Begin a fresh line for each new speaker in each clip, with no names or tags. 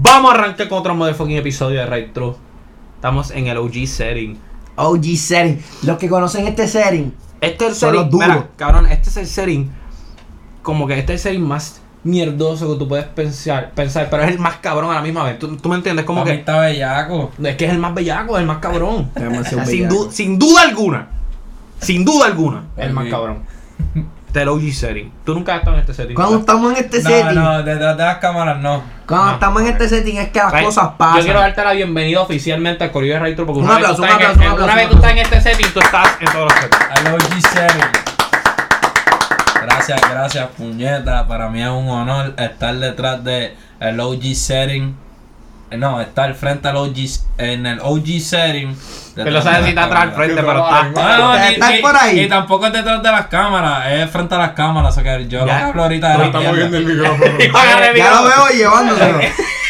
Vamos a arrancar con otro motherfucking episodio de Right True. Estamos en el OG setting.
OG setting. Los que conocen este setting.
Este es el
Son los
setting. mira,
duros.
cabrón, este es el setting. Como que este es el setting más mierdoso que tú puedes pensar, pensar pero es el más cabrón a la misma vez. ¿Tú, tú me entiendes? Como que.
está bellaco.
Es que es el más bellaco, es el más cabrón.
Déjame ser un
sin,
bellaco.
du- sin duda alguna. Sin duda alguna. es El
Ok.
más cabrón. Este es el OG setting. Tú nunca has estado en este setting.
Cuando
¿verdad?
estamos en este
No,
setting.
no, detrás de las cámaras no.
Cuando
No,
estamos en este setting es que las
Right.
cosas pasan.
Yo quiero darte la bienvenida oficialmente al Corrido de Retro porque
Un
una,
aplauso,
vez tú
un
estás en el-
aplauso, un
una vez tú
aplauso.
estás en este setting, tú estás en todos los settings.
I love you, Sherry. Gracias, gracias, puñeta. Para mí es un honor estar detrás de el OG setting. Eh, No, estar frente al OG s- en el OG setting.
Que lo sabes si está atrás al frente, pero está.
No, no, ni-
Estás
ni-
por ahí.
Y tampoco es detrás de las cámaras, es frente a las cámaras. O sea, que yo lo que
Ya.
hablo ahorita de
Tú
la
estás
mierda.
el micrófono.
Y va a agarrar el
Ya lo
micrófono.
veo llevándoselo.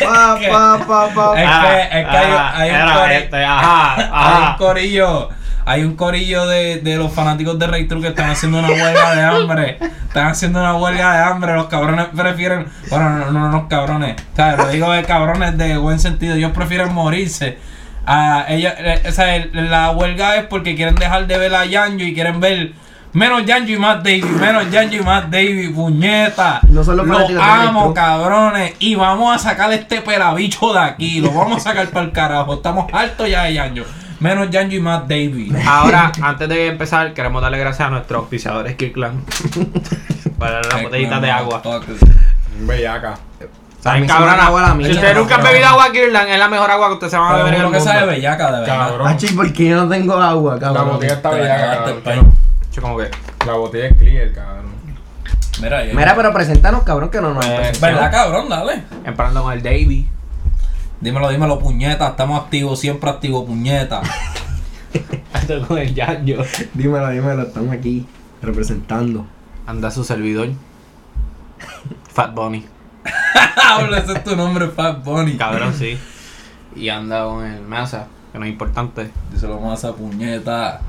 pa, pa, pa, pa.
Es que, es que hay,
Ah,
hay un
era
cori-
este, ajá,
hay un
ajá.
corillo. Hay un corillo de, de los fanáticos de Rey True que están haciendo una huelga de hambre. Están haciendo una huelga de hambre. Los cabrones prefieren. Bueno, no, no, no, cabrones. ¿sabes? Lo digo de cabrones de buen sentido. Ellos prefieren morirse. Ah, ellos, eh, o sea, el- la huelga es porque quieren dejar de ver a Yanjo y quieren ver menos Yanjo y más Davey. Menos Yanjo y más Davey. Puñeta.
No son los fanáticos de Rey
amo,
True.
cabrones, y vamos a sacar este pelabicho de aquí. Lo vamos a sacar para el carajo. Estamos hartos ya de Yanjo. Menos Yanjo y más Davey.
Ahora, antes de empezar, queremos darle gracias a nuestros auspiciadores Kirkland. Para las botellitas de agua.
Bellaca.
A mí se me
Cabrona,
acabó la
si
mía.
usted nunca han bebido agua Kirkland, es la mejor agua que ustedes se van a beber en el
Seguro que
mundo.
sabe bellaca, de verdad.
Cabrón.
Pachi, ¿por qué yo no tengo agua,
Ah, La
cabrón?
botella está
Te la
bellaca,
cagaste,
cabrón.
Yo como que,
La botella es clear, cabrón.
Mira, ya.
Mira, pero preséntanos, cabrón, que no nos han
Eh,
presentado.
¿Verdad, cabrón? Dale.
emparando con el Davy.
Dímelo, dímelo, puñeta. Estamos activos, siempre activos, puñeta.
Ando con el Yanjo.
Dímelo, dímelo, estamos aquí representando.
Anda su servidor. Fat Bunny.
Habla, ese es tu nombre, Fat Bunny.
Cabrón, sí. Y anda con el Massa, que no es importante.
Díselo más a puñeta.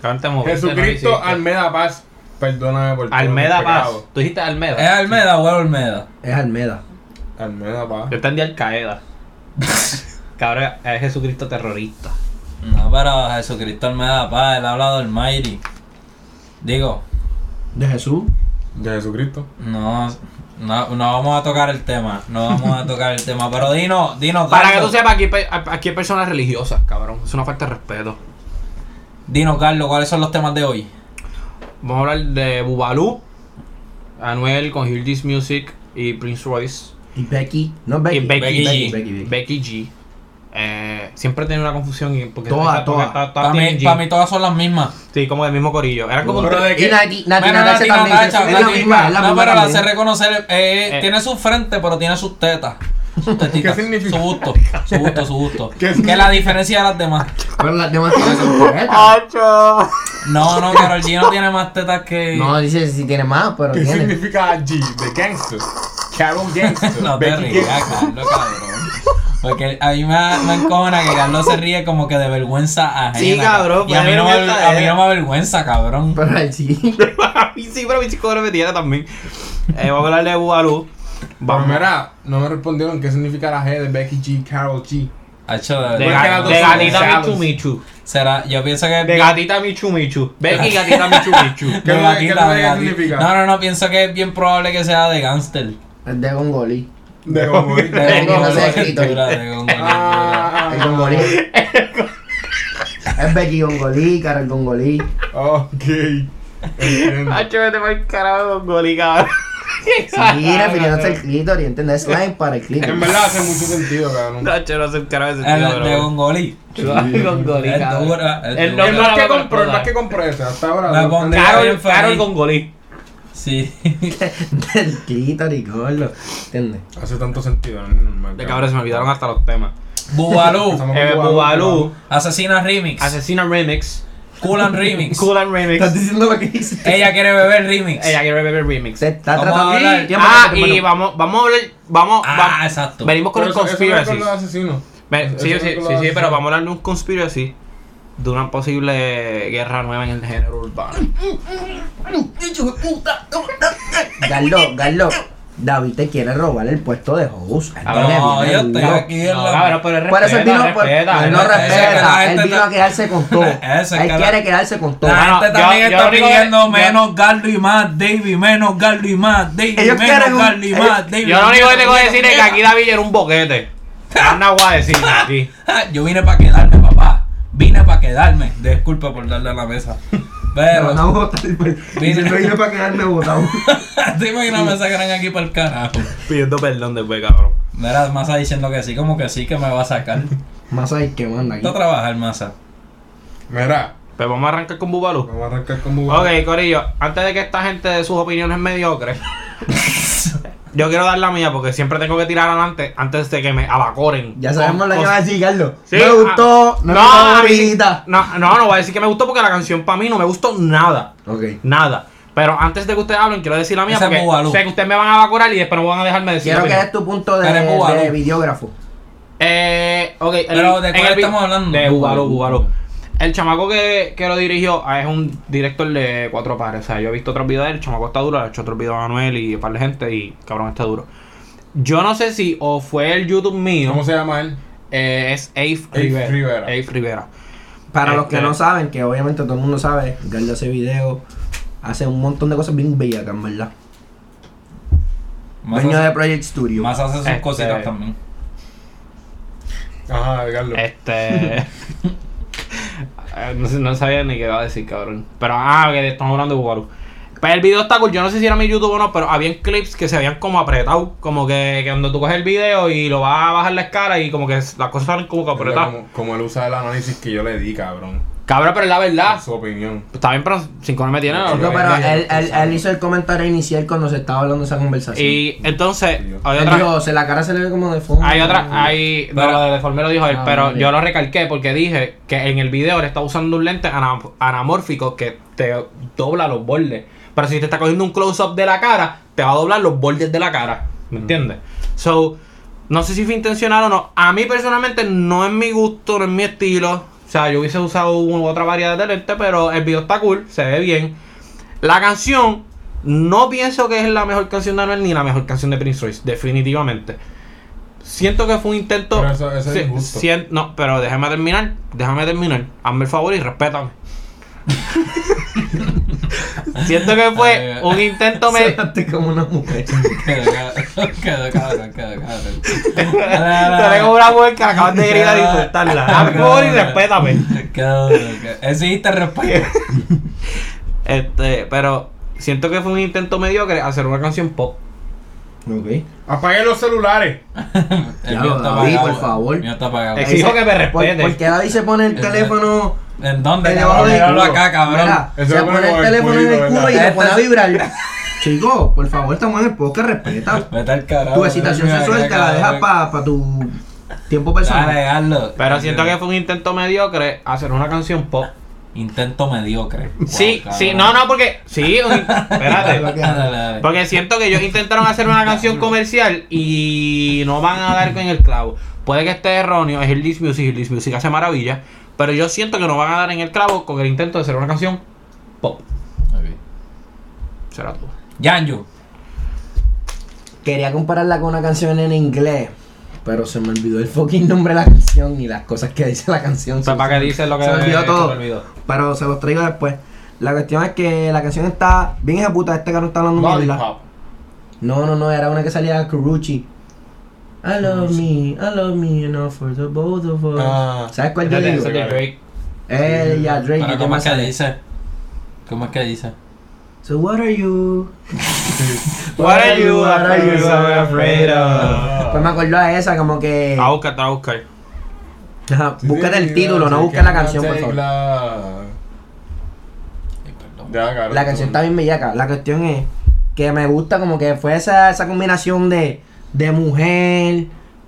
Cabrón, te moviste, no
Jesucristo
lo hiciste.
Almeda Paz. Perdóname por todo
Almeda
mi
Paz. Eh.
pecado.
Tú dijiste Almeda.
¿Es Almeda o es Olmeda?
Es Almeda.
Almeda Paz.
Yo entendí Al Qaeda. Cabrón, es Jesucristo terrorista.
Mm.
No, pero Jesucristo Almeda, pa. Él ha hablado del Mighty. Digo,
De Jesús.
De Jesucristo.
No, no, no vamos a tocar el tema. No vamos a tocar el tema. Pero dinos, dinos,
Para que
Carlos,
tú sepas, aquí, hay pe- aquí hay personas religiosas, cabrón. Es una falta de respeto.
Dinos, Carlos, ¿cuáles son los temas de hoy?
Vamos a hablar de Bubalú, Anuel con Hear This Music y Prince Royce.
Y Becky. No Becky.
y Becky,
Becky
G.
G.
Becky, Becky.
Becky G. Eh, siempre tiene una confusión. y- Porque
Todas,
porque
todas.
está- está
Para mí,
tienen G.
pa' mí todas son las mismas.
Sí, como del mismo corillo. Era como un
Pero
tri-
de
Y
que.
Nati, Nati
Menos
Natasha
Nati
también.
Natasha,
es la
Nati-
misma, es la
No,
misma
pero la
también.
hace reconocer. eh,
Eh.
Tiene su frente, pero tiene sus tetas. Sus tetitas.
¿Qué significa?
Su gusto, su gusto, su gusto.
¿Qué
Que
significa?
la diferencia de las demás.
Pero las demás tienen sus tetas.
¡Acho!
No, no, Carol G no tiene más tetas que.
No, dice si tiene más, pero
¿Qué
tiene.
significa G? De gangster. Carol Gangster.
No te
Becky
rías,
Gangster.
Carlos, cabrón. Porque a mí me, me encojona que Carlos se ríe como que de vergüenza ajena.
Sí, cabrón,
Y a mí,
pues,
no me,
vergüenza
a mí
ajena.
no me avergüenza, cabrón.
Pero él sí.
Para mí sí, pero mi chico me tiene también. Eh, vamos a hablar de Bubalú.
Pero
Vamos.
mira, no me respondieron qué significa la G de Becky G, Carol G.
Hacho,
De,
Porque
ga-
las dos
de
son
gatita
salas.
Michu Michu.
será, yo pienso que...
De gatita Michu Michu. Becky gatita Michu Michu.
¿Qué tú- qué tú crees que
gatita.
significa?
No, no, no, pienso que es bien probable que sea de gánster.
Es de Gongolí.
De como
De
que no sea
Gongolí.
escrito.
De Gongolí.
Ah,
Es Gongolí. es Becky Gongolí, Carol Gongolí.
ok. Entiendo.
Hacho, vete el carajo con Goli, cabrón.
Sí, refiriéndose al clítoris, ¿entiendes? Slime para el
En
clítoris.
verdad hace mucho sentido, cabrón.
Hacho, no sé el carajo ese tío,
El de
bro.
Gongolí.
Chulo, con Goli,
Es
cabrón.
dura, es
El
dura.
El
nombre
más
de la
que compró, el
otra
más que compró ese, hasta ahora.
La
no
pondré-
están-
Carol,
Feliz.
Carol con Goli.
Sí.
Del clítoris, gordo. ¿Entiendes?
Hace tanto sentido, no es normal.
De cabrón, se me olvidaron hasta los temas.
Bubalú.
Estamos con
Eh,
Bubalú,
Bubalú,
Asesina Remix.
Asesina Remix,
Cool and Remix.
Cool and Remix.
Estás diciendo lo que dice.
Ella quiere beber Remix.
Ella quiere beber Remix.
Se está
Vamos a
tratando
hablar.
Tiempo,
Ah,
tiempo,
y
tiempo.
vamos, vamos a hablar, vamos,
Ah,
vamos-
exacto.
venimos con
Pero
el
eso- eso no es con
conspiracy.
los asesinos.
Ve- Sí,
Eso
sí,
es lo
sí,
que
sí,
hace.
pero vamos a hablar de un conspiracy de una posible guerra nueva en el género urbano.
Garlo, Garlo. David te quiere robar el puesto de host. Él
Cabrón,
viene
No,
bien
yo
duro.
estoy aquí en
No,
la-
cabrón, pues, pero él
Por eso él
respeta,
vino, por-
respeta.
él
él
no
respeta. Ese que la
respeta, él
gente
vino
no-
a quedarse con todo.
Ese que
Él
la-
quiere quedarse con todo.
La
No, ah,
gente
yo-
también
yo
está
lo único que-
pidiendo
yo-
menos Gardo y más David, menos Gardo y más David,
Ellos
menos
quieren un-
Gardo y
ellos-
más David.
Yo lo único que tengo que decir es que
Mira.
aquí David era un boquete. No nada voy a decir aquí.
Ah, Yo vine para quedarme, papá. Vine para quedarme. Disculpa por darle a la mesa. Pero,
Me van a votar.
Vine-
Yo vine para quedarme votado.
te imaginas me sacarán aquí para el carajo.
Pidiendo perdón después, cabrón.
Mira, Masa diciendo que sí, como que sí, que me va a sacar.
Más ahí que manda aquí.
Tú a trabajar, Masa.
Mira,
Pero Pues vamos a arrancar con Bubalú.
vamos a arrancar con Bubba.
Ok, Corillo, antes de que esta gente de sus opiniones mediocres, yo quiero dar la mía porque siempre tengo que tirar adelante antes de que me abacoren.
Ya sabemos
Con
lo que va a
cosas.
decir, Carlos.
Sí,
me
ah,
gustó, no,
no, a
me
mí-
gustó
no, no, no voy a decir que me gustó porque la canción para mí no me gustó nada.
Ok.
Nada. Pero antes de que ustedes hablen, quiero decir la mía
Ese es
porque
Bubalú.
sé que ustedes me van a evacuar y después no van a dejarme decir.
Quiero
mi
que
opinión.
des tu punto de,
Eres Bubalú.
de videógrafo.
Eh, ok. el-
Pero, ¿de
en
cuál
el vi-
estamos hablando?
De Bubalú,
Bubalú.
Bubalú. El chamaco que, que lo dirigió ah, es un director de cuatro pares. O sea, yo he visto otros videos de él. El chamaco está duro. Le he hecho otros videos a Manuel y un par de gente. Y cabrón, está duro. Yo no sé si o fue el YouTube mío.
¿Cómo se llama él?
eh, es Abe
Abe
Rivera.
Rivera.
Abe Rivera.
Para
Este.
los que no saben, que obviamente todo el mundo sabe, Carlos hace videos, hace un montón de cosas bien bellas, en verdad. Dueño de
Masa,
Project Studio.
Masa hace sus
Este-
cositas también.
Ajá, Carlos.
Este. eh, no, sé- no sabía ni qué iba a decir, cabrón. Pero, ah, que estamos hablando de Bubaru. Pues el video está cool. Yo no sé si era mi YouTube o no, pero habían clips que se habían como apretado. Como que, que cuando tú coges el video y lo vas a bajar la escala y como que las cosas salen como que apretadas.
como, como él usa el análisis que yo le di, cabrón.
Cabrón, pero es la verdad.
Su opinión.
Está bien, pero sin comer me tiene. ¿no?
Chico, pero él, él- él hizo el comentario inicial cuando se estaba hablando esa conversación.
Y entonces, hay
Él
otra.
dijo, "Se- la cara se le ve como de fondo.
Hay otra, hay. No,
Pero-
lo de deforme lo dijo él,
Ah,
pero
vale.
yo lo recalqué porque dije que en el video él está usando un lente ana- anamórfico que te dobla los bordes. Pero si te está cogiendo un close-up de la cara, te va a doblar los bordes de la cara. ¿Me entiendes? So, no sé si fue intencional o no. A mí personalmente no es mi gusto, no es mi estilo. O sea, yo hubiese usado una u otra variedad de lente, pero el video está cool, se ve bien. La canción, no pienso que es la mejor canción de Anuel ni la mejor canción de Prince Royce, definitivamente. Siento que fue un intento.
Pero eso- eso es
si-
injusto.
sien- no, pero déjame terminar, déjame terminar. Hazme el favor y respétame. Siento que fue un intento medio.
Sonaste como una mujer.
Quedó cabrón, quedó cabrón, quedó cabrón.
Te como una mujer que acabas de gritar y soltarla. Hazme el favor y respétame.
Quedó cabrón, quedó- Exigiste respeto.
Este, pero siento que fue un intento mediocre hacer una canción pop.
Ok.
Apague los celulares.
El
Ya
mío
lo
está
David,
apagado,
por favor.
El mío está apagado.
Ex- Exijo que me
Ah, ¿Por,
respete.
¿Por qué David se pone el
Eh.
Exacto.
teléfono
¿En dónde?
debajo
Cabrón,
del
míralo
culo?
acá, cabrón.
Mira,
Eso
se
lo pone
pone el
como el
teléfono en el
culito,
culo y
¿verdad?
lo pone a
Este es-
vibrar. Chicos, por favor, estamos en el podcast, respeta.
Vete al carajo.
Tu excitación
mira,
sexual te
mira,
la dejas
cabrón.
para tu tiempo
Dale,
personal.
hazlo.
Pero siento que fue un intento mediocre hacer una canción pop.
Intento mediocre.
Sí,
Guau,
sí,
cabrón.
no, no, porque. Sí, un-
Lo
espérate.
que-
Dale, dale.
Porque siento que ellos intentaron hacer una canción comercial y no van a dar con el clavo. Puede que esté erróneo, es el List Music, el List Music hace maravillas. Pero yo siento que no van a dar en el clavo con el intento de hacer una canción pop.
Ok.
Será todo.
Yanju.
Quería compararla con una canción en inglés, pero se me olvidó el fucking nombre de la canción y las cosas que dice la canción.
Sepa que dice lo que
se me olvidó
que
todo.
me olvidó.
Pero se los traigo después. La cuestión es que la canción está bien ejecutada. Este cabrón está hablando mierda.
Lollipop.
No, no, no, era una que salía Kuruchi. I love me, I love me enough for the both of us.
Ah.
¿Sabes cuál yo
Ese
digo?
es el de Drake.
Eh, ya, Drake, ¿y
Pero
¿qué
¿cómo
más
es que
sale?
dice? ¿Cómo es que dice?
So what are you?
What are you,
What are you so
afraid of?
Pues me acordó a esa, como que...
A buscar, a buscar.
Ajá, búscate el título, no busques la canción, por favor.
favor.
Ay, perdón.
Ya, cabrón.
La canción está bien bellaca. La cuestión es que me gusta como que fue esa, esa combinación de, de mujer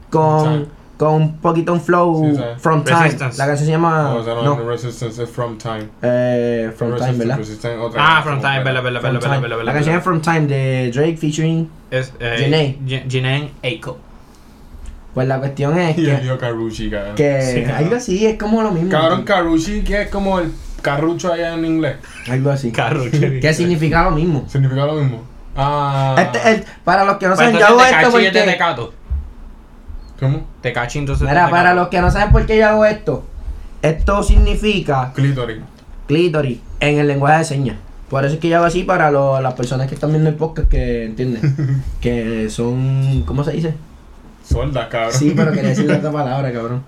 con,
Exacto.
con un poquito un flow
Sí, sí.
from time.
Resistance.
La canción se llama
No, o sea, no,
no,
Resistance es From Time.
eh, From Time,
Resistance,
¿verdad?
Resistance, pues, otra
Ah, From Time, vela, vela,
From
vela,
Time.
vela, vela.
La canción es From Time de Drake featuring.
es eh,
Jhené.
Jhe- Jhené Aiko.
Pues la cuestión es
Y el
que,
tío Karuchi, cabrón.
que
Sí, cabrón.
algo así es como lo mismo.
Cabrón, Karuchi, que es como el carrucho allá en inglés.
algo así.
Carro, Jhené.
Que significa lo mismo.
Significa lo mismo. Ah.
Este, el- para los que no
Pero
saben, yo
Pues entonces
hago
Tecachi
esto
es de
porque.
Tecato.
¿Cómo?
Tecachi entonces. es
Mira,
de
para
Tecato.
los que no saben por qué yo hago esto, esto significa
Clítoris.
clítoris en el lenguaje de señas. Por eso es que yo hago así para lo- las personas que están viendo el podcast que entienden. que son. ¿Cómo se dice?
Solda, cabrón.
Sí, pero quería decir la otra palabra, cabrón.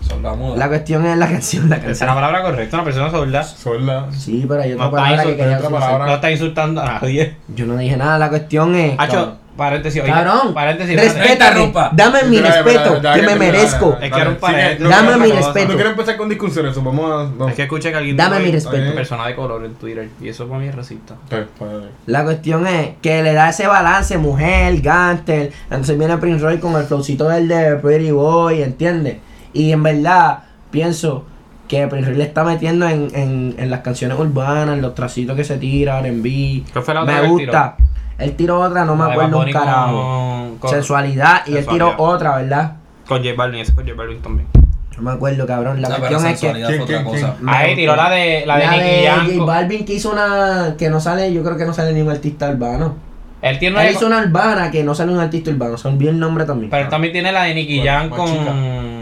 Son la muda.
La cuestión es la canción, la
Esa es
canción.
la palabra correcta, una persona sorda.
Solda.
Sí, pero hay otra
No,
palabra
eso,
que quería
otra
decir.
palabra.
No está insultando a nadie.
Yo no dije nada, la cuestión es.
Hacho, paréntesis. oye,
Cabrón,
Paréntesis.
respétame,
espérate.
Interrumpa.
Dame mi
Espera, espera,
respeto,
espera,
que
ya
me
termina,
merezco.
ya,
Es que era un
Sigue,
paréntesis.
no
Dame
quiero-
mi
no,
respeto.
No quiero empezar con discusiones, vamos a... vamos.
Es que escuché que alguien
Dame
dijo,
mi
"Oye,
respeto".
una persona de color en Twitter. Y eso para mí es racista.
Ok, pues,
La cuestión es que le da ese balance, mujer, gánster. Entonces viene Prince Roy con el flowcito del de Pretty Boy, ¿entiendes? Y en verdad, pienso que Prince Roy le está metiendo en, en, en las canciones urbanas, en los tracitos que se tiran, en B.
¿Cuál fue la otra
Me
que él
gusta. Él tiró otra, no me
La de
acuerdo
Bad
un
Bunny con-
carajo.
Con,
Sensualidad, y él tiró
Sensualidad.
otra, ¿verdad?
con J Balvin, ese con J Balvin también.
No me acuerdo, cabrón. La
No, pero
cuestión es que.
sensualidad fue
¿Quién,
otra
quién,
cosa.
Me
Ahí
gustó.
tiró la de, la de
La
Nicky
de
Jam
J
con-
Balvin que hizo una que no sale, yo creo que no sale ningún artista urbano.
Él tiene una
Él
de-
hizo una urbana que no sale un artista urbano, son bien nombre también.
Pero él también tiene la de Nicky
Bueno,
Jam
más
con.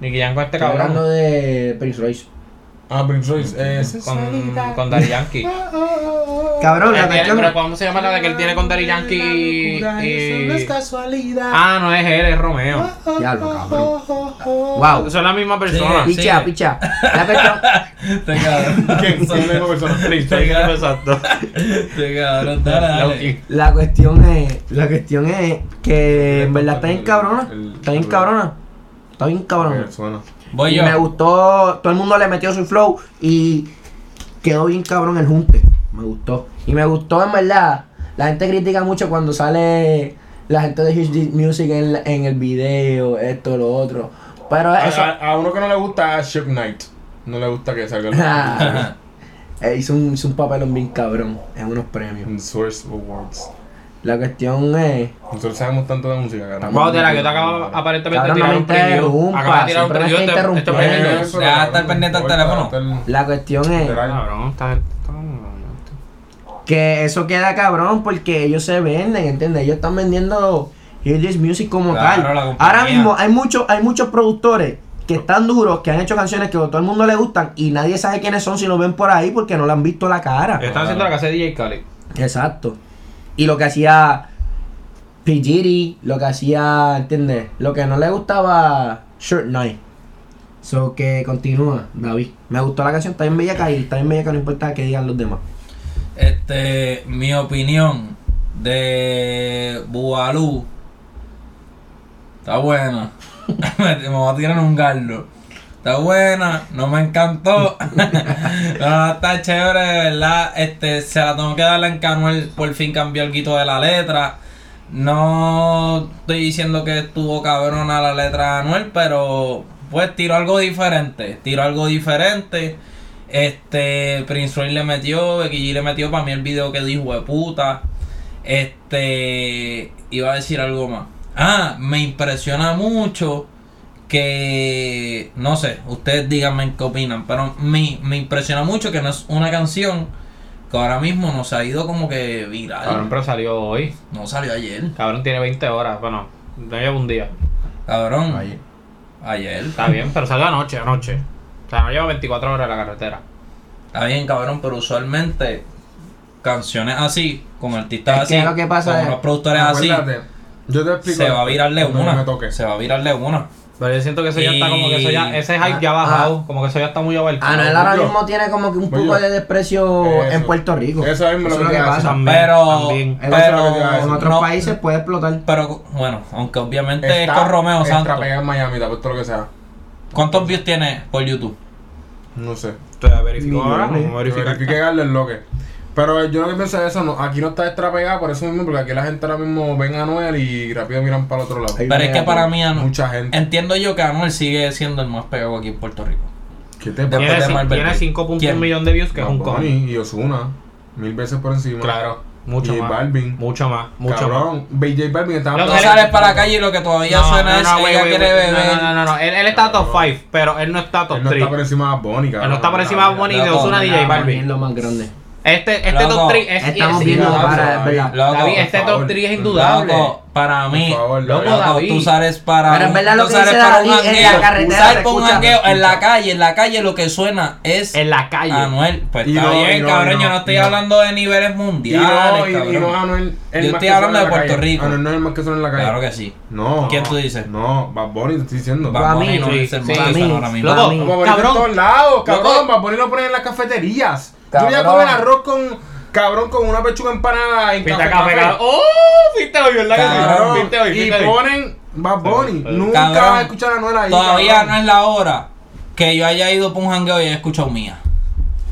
Nicky Jam con este
Estoy hablando
cabrón.
de Prince Royce.
Ah, Prince Royce. Es...
Con, con Daddy Yankee.
Cabrón, la
Él tiene-
canción.
pero ¿cómo se llama la de que él tiene con Daddy Yankee? y- y- Ah, no es él, es Romeo.
Diablo, cabrón. Wow.
Son la misma persona.
Sí.
Picha, picha. La cuestión-
Te cabrón.
¿Quién? Soy la misma persona.
Sí, sí, exacto.
Te cabrón. Dale, dale.
Loki.
La cuestión es, la cuestión es que en verdad está bien cabrona. Está bien cabrona. Está bien cabrona.
Ok, Suena.
Voy
Y
yo.
me gustó, todo el mundo le metió su flow y quedó bien cabrón el junte. Me gustó. Y me gustó en verdad. La gente critica mucho cuando sale la gente de Huge Music en, la- en el video, esto, lo otro. Pero
A,
Ah, eso...
a- a uno que no le gusta es Ship Knight. No le gusta que salga
Ah.
el...
Ajá.
Eh, hizo, un, hizo un papelón bien cabrón en unos premios.
en Source Awards.
La cuestión es...
Nosotros sabemos tanto de música, cabrón.
Vamos de la que te acaba aparentemente de
Cabrón,
tirar
no
un
me
preview.
interrumpa,
Acaba de tirar un
siempre me
preview. Esto- esto es
está interrumpiendo.
preview.
Eso,
Ya está
cabrón,
pendiente al
ahorita
teléfono.
está el-
La cuestión es...
Cabrón, está- está-
que eso queda cabrón porque ellos se venden, ¿entiendes? Ellos están vendiendo Hear This Music como
Claro, la
tal.
compañía.
Ahora mismo hay muchos, hay muchos productores que están duros, que han hecho canciones que a todo el mundo le gustan y nadie sabe quiénes son si lo ven por ahí porque no le han visto la cara.
Están haciendo la casa de DJ Khaled.
Exacto. Y lo que hacía P. Diddy, lo que hacía, ¿entiendes? Lo que no le gustaba Shirt Night. So que continúa, David. Me gustó la canción, está bien bella que está bien bella que no importa que digan los demás.
Este, mi opinión de Bualú está buena. me voy a tirar un garlo. Está buena, no me encantó. Pero está chévere, de verdad. Este, se la tengo que dar en Canuel. Por fin cambió el guito de la letra. No estoy diciendo que estuvo cabrona la letra de Anuel, pero pues tiró algo diferente. Tiró algo diferente. Este, Prince Roy le metió, Becky G le metió para mí el video que dijo de puta. Este, iba a decir algo más. Ah, me impresiona mucho que, no sé, ustedes díganme qué opinan, pero me, me impresiona mucho que no es una canción que ahora mismo nos ha ido como que viral.
Cabrón, pero salió hoy.
No salió ayer.
Cabrón tiene 20 horas. Bueno, no lleva un día.
Cabrón.
Ahí.
Ayer.
Está bien, pero salió anoche, anoche. O sea, no lleva 24 horas en la carretera.
Está bien, cabrón, pero usualmente canciones así, con artistas
Es que
así,
lo que pasa
con
es-
unos productores así,
Acuérdate, Yo te explico.
se va a virarle
cuando
una.
me toque.
Se va a virarle una.
Pero yo siento que eso ya está como que eso ya, ese hype
ah,
ya ha bajado, como que eso ya está muy abarcado.
Anuel ahora
yo.
mismo tiene como que un
Voy
poco
yo.
de desprecio
Eso.
en Puerto Rico.
Eso es lo que te iba a decir.
También,
Pero,
también.
En,
pero,
otro- en otros
no,
países puede explotar.
pero, bueno, aunque obviamente
Está
es con Romeo
extra
Santos.
pegada en Miami, te apuesto lo que sea.
¿Cuántos views tiene por YouTube?
No sé.
Te verifico ahora,
Millones.
vamos a verificar.
Verifique Garlo es lo que. Pero eh, yo lo que pienso es eso, no, aquí no está extra pegada por eso mismo, porque aquí la gente ahora mismo ven a Noel y rápido miran para el otro lado.
Ahí.
Pero es que
negativo.
para mí, Anuel-
Mucha gente.
entiendo yo que Anuel sigue siendo el más pegado aquí en Puerto Rico.
¿Qué te
de-
pasa?
Tiene,
después
cin-
Marvel
tiene
Day.
5.1
¿Quién?
millón de views, que es un
Bad Bunny
coño.
Y Osuna, mil veces por encima.
Claro, mucho
Y
más.
Balvin.
Mucho más, mucho más.
Cabrón, BJ Balvin estaba...
Lo
Tú
que-
sales para la calle y lo que todavía suena es
wait,
ella
wait,
quiere
wait.
beber.
No, no, no, no, Él, él está top 5, pero él no está top
Él no
3.
está por encima de Bonnie, cabrón.
Él no está por encima de Bonnie ni de
Loco,
Ozuna ni de J
Para mí es
Balvin.
lo más grande.
Este, este
Loco,
top 3 es
Estamos
es
viendo
indudable.
para, es verdad.
Loco,
David,
por
este top
favor.
3 es indudable.
Loco, para mí,
Por favor,
loco,
loco, David.
tú sales para
Pero en
un-
verdad
tú
lo que
sales
dice
para
David
un
en la
jangueo,
carretera,
sales
te
para un
escucha, te
jangueo, en la
escucha.
calle, en la calle lo que suena es
En la calle.
Anuel. Pues
Y
está
no,
bien,
y no,
cabrón,
y
yo
no,
no estoy
y no.
hablando de niveles
Y no,
mundiales,
y,
cabrón.
y no Anuel. el
Yo
más
estoy hablando
que suena en
de
la
Puerto
calle.
Rico.
Anuel no es el más que suena en la calle.
Claro que sí.
No.
¿Quién tú dices?
No, Bad Bunny, te estoy diciendo.
Bad
mí,
Bunny no
sí,
es el
sí,
más
para
que
mí.
suena ahora mismo.
Para
Loco,
mí.
Bad Bunny
cabrón.
en todos lados,
Loco.
cabrón. Bad Bunny lo ponen en las cafeterías. Yo voy a
Cabrón.
comer arroz con, cabrón, con una pechuga empanada en
Viste
café.
acá
café.
pegado. ¡Oh! Viste hoy, ¿verdad? que sí?
Cabrón.
Viste hoy,
y
viste hoy.
ponen Bad Bunny.
Cabrón.
Nunca
Cabrón.
vas a escuchar a Anuel ahí.
Todavía
cabrón.
no es la hora que yo haya ido para un jangueo y haya escuchado mía.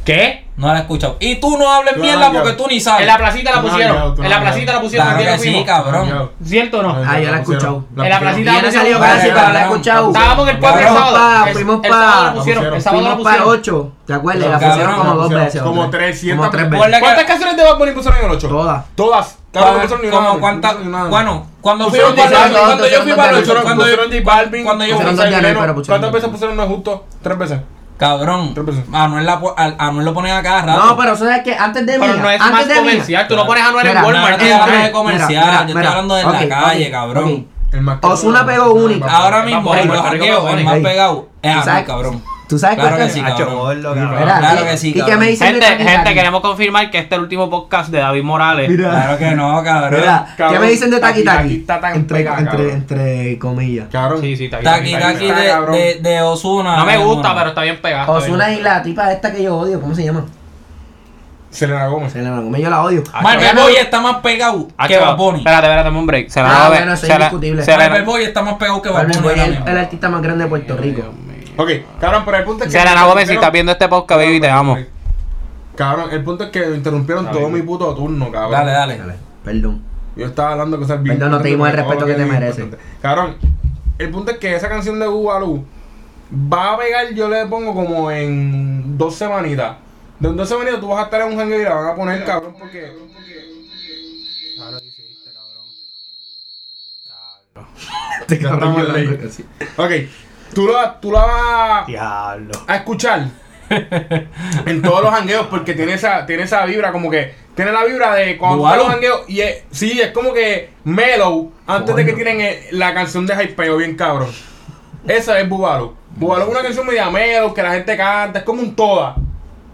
¿Qué?
No la he escuchado. Y tú no hables
Tú no
mierda
has
porque
jangueado.
tú ni
En la
sabes.
placita la
No, no,
pusieron.
no,
En la
no,
placita
no.
la pusieron.
Claro
¿quién
que
lo
sí,
fuimos?
cabrón.
¿Cierto o no?
Ah, yo la he
pusieron.
escuchado.
En la placita
Yo no he salido casi, pero la he escuchado.
Estábamos en el pueblo el
Cabrón,
sábado.
pa,
El-
fuimos
el sábado
pa-
la pusieron. El
Fuimos
sábado la
Fuimos para
pusieron.
8, ¿te acuerdas? Y
Pero
la pusieron
cabrón,
como dos
pusieron
veces.
como
hombre.
300
Como tres
veces.
veces.
Ponle
¿Cuántas
que-
canciones de Bad Bunny pusieron en el 8?
Todas.
Todas. Cabrón, no
Como,
pusieron ni una,
como
no
cuánta,
pusieron ni nada.
bueno, cuando fui
Pusieron
para
J Balvin,
J
cuando yo
Balvin,
fui para el
pusieron
cuando yo
pusieron J Balvin,
cuando yo
pusieron Don
fui
Pusieron
Daniel,
Veneno.
pero pusieron
¿Cuántas
Don
veces
Daniel.
pusieron No es justo? Tres veces.
cabrón,
Tres veces.
Anuel la po- a- Anuel lo ponen a cada rato.
No, pero sabes que antes de mí.
Pero no es
antes
más
de mí-
comercial. Tú no pones a Anuel en
Mira,
Walmart.
no, no, no,
¿entiendes?
no, no,
Mira,
comercial,
mira,
yo estoy
mira.
hablando de la
Ok,
calle,
ok,
cabrón.
ok.
El más que
Ozuna
suena.
pegó única.
Ahora
Vamos,
mismo
ahí,
en los
Puerto Rico,
jangueos
Bad
el
Bunny.
más
Ahí.
pegado es
¿Tú
Anuel,
sabes-
cabrón.
¿Tú sabes
Claro
cuál
que
es?
sí,
Mira,
cabrón.
Mira,
Claro
¿y-
que sí,
¿Y qué
cabrón.
me dicen de
Gente,
Tony
gente,
Tati?
queremos confirmar que este es el último podcast de David Morales.
Mira,
Claro que no, cabrón.
mira, ¿qué
cabrón,
me dicen de Taki
Taki Taki
Taki?
está tan
Entre-
pegada,
Entre
cabrón.
entre comillas.
Cabrón.
Sí, sí, está bien.
Taki
está bien,
Taki
está bien.
Está, cabrón.
de, de, de Osuna.
No me gusta, pero está bien pegado.
Osuna y la tipa esta que yo odio, ¿cómo se llama?
Selena Gómez.
Selena Gómez, yo la odio.
Ah,
Marvel está más pegado que Bad Bunny.
Espérate, espérate, dame un break. Se
Ah,
la
bueno, eso es indiscutible.
Marvel Boy está más pegado que Bad
Marvel
Bunny.
Boy es
ahora
el,
mismo.
el artista más grande de Puerto Rico.
Ok, cabrón, pero el punto es que.
Serena Gómez, si estás viendo este podcast, baby, te amo.
Cabrón, el punto es que me interrumpieron todo mi puto turno, cabrón.
Dale, dale.
Dale, Perdón.
Yo estaba hablando cosas bien.
Perdón, no te dimos el respeto que te
importantes.
mereces.
Cabrón, el punto es que esa canción de Bugalú va a pegar, yo le pongo como en dos semanitas. De en dos semanitas tú vas a estar en un hangar y la van a poner, cabrón, porque.
Este
Ya
cabrón
estamos
llorando
ahí.
casi.
Ok, tú la, tú la vas
Diablo.
a escuchar en todos los hangueos porque tiene esa, tiene esa vibra como que. Tiene la vibra de cuando
Bugalú.
están los hangueos. Y es, sí, es como que mellow antes de que
Coño.
tienen eh, la canción de Hypeo, bien cabrón. Esa es Bubalo. Bubalo es una canción media mellow que la gente canta, es como un toda.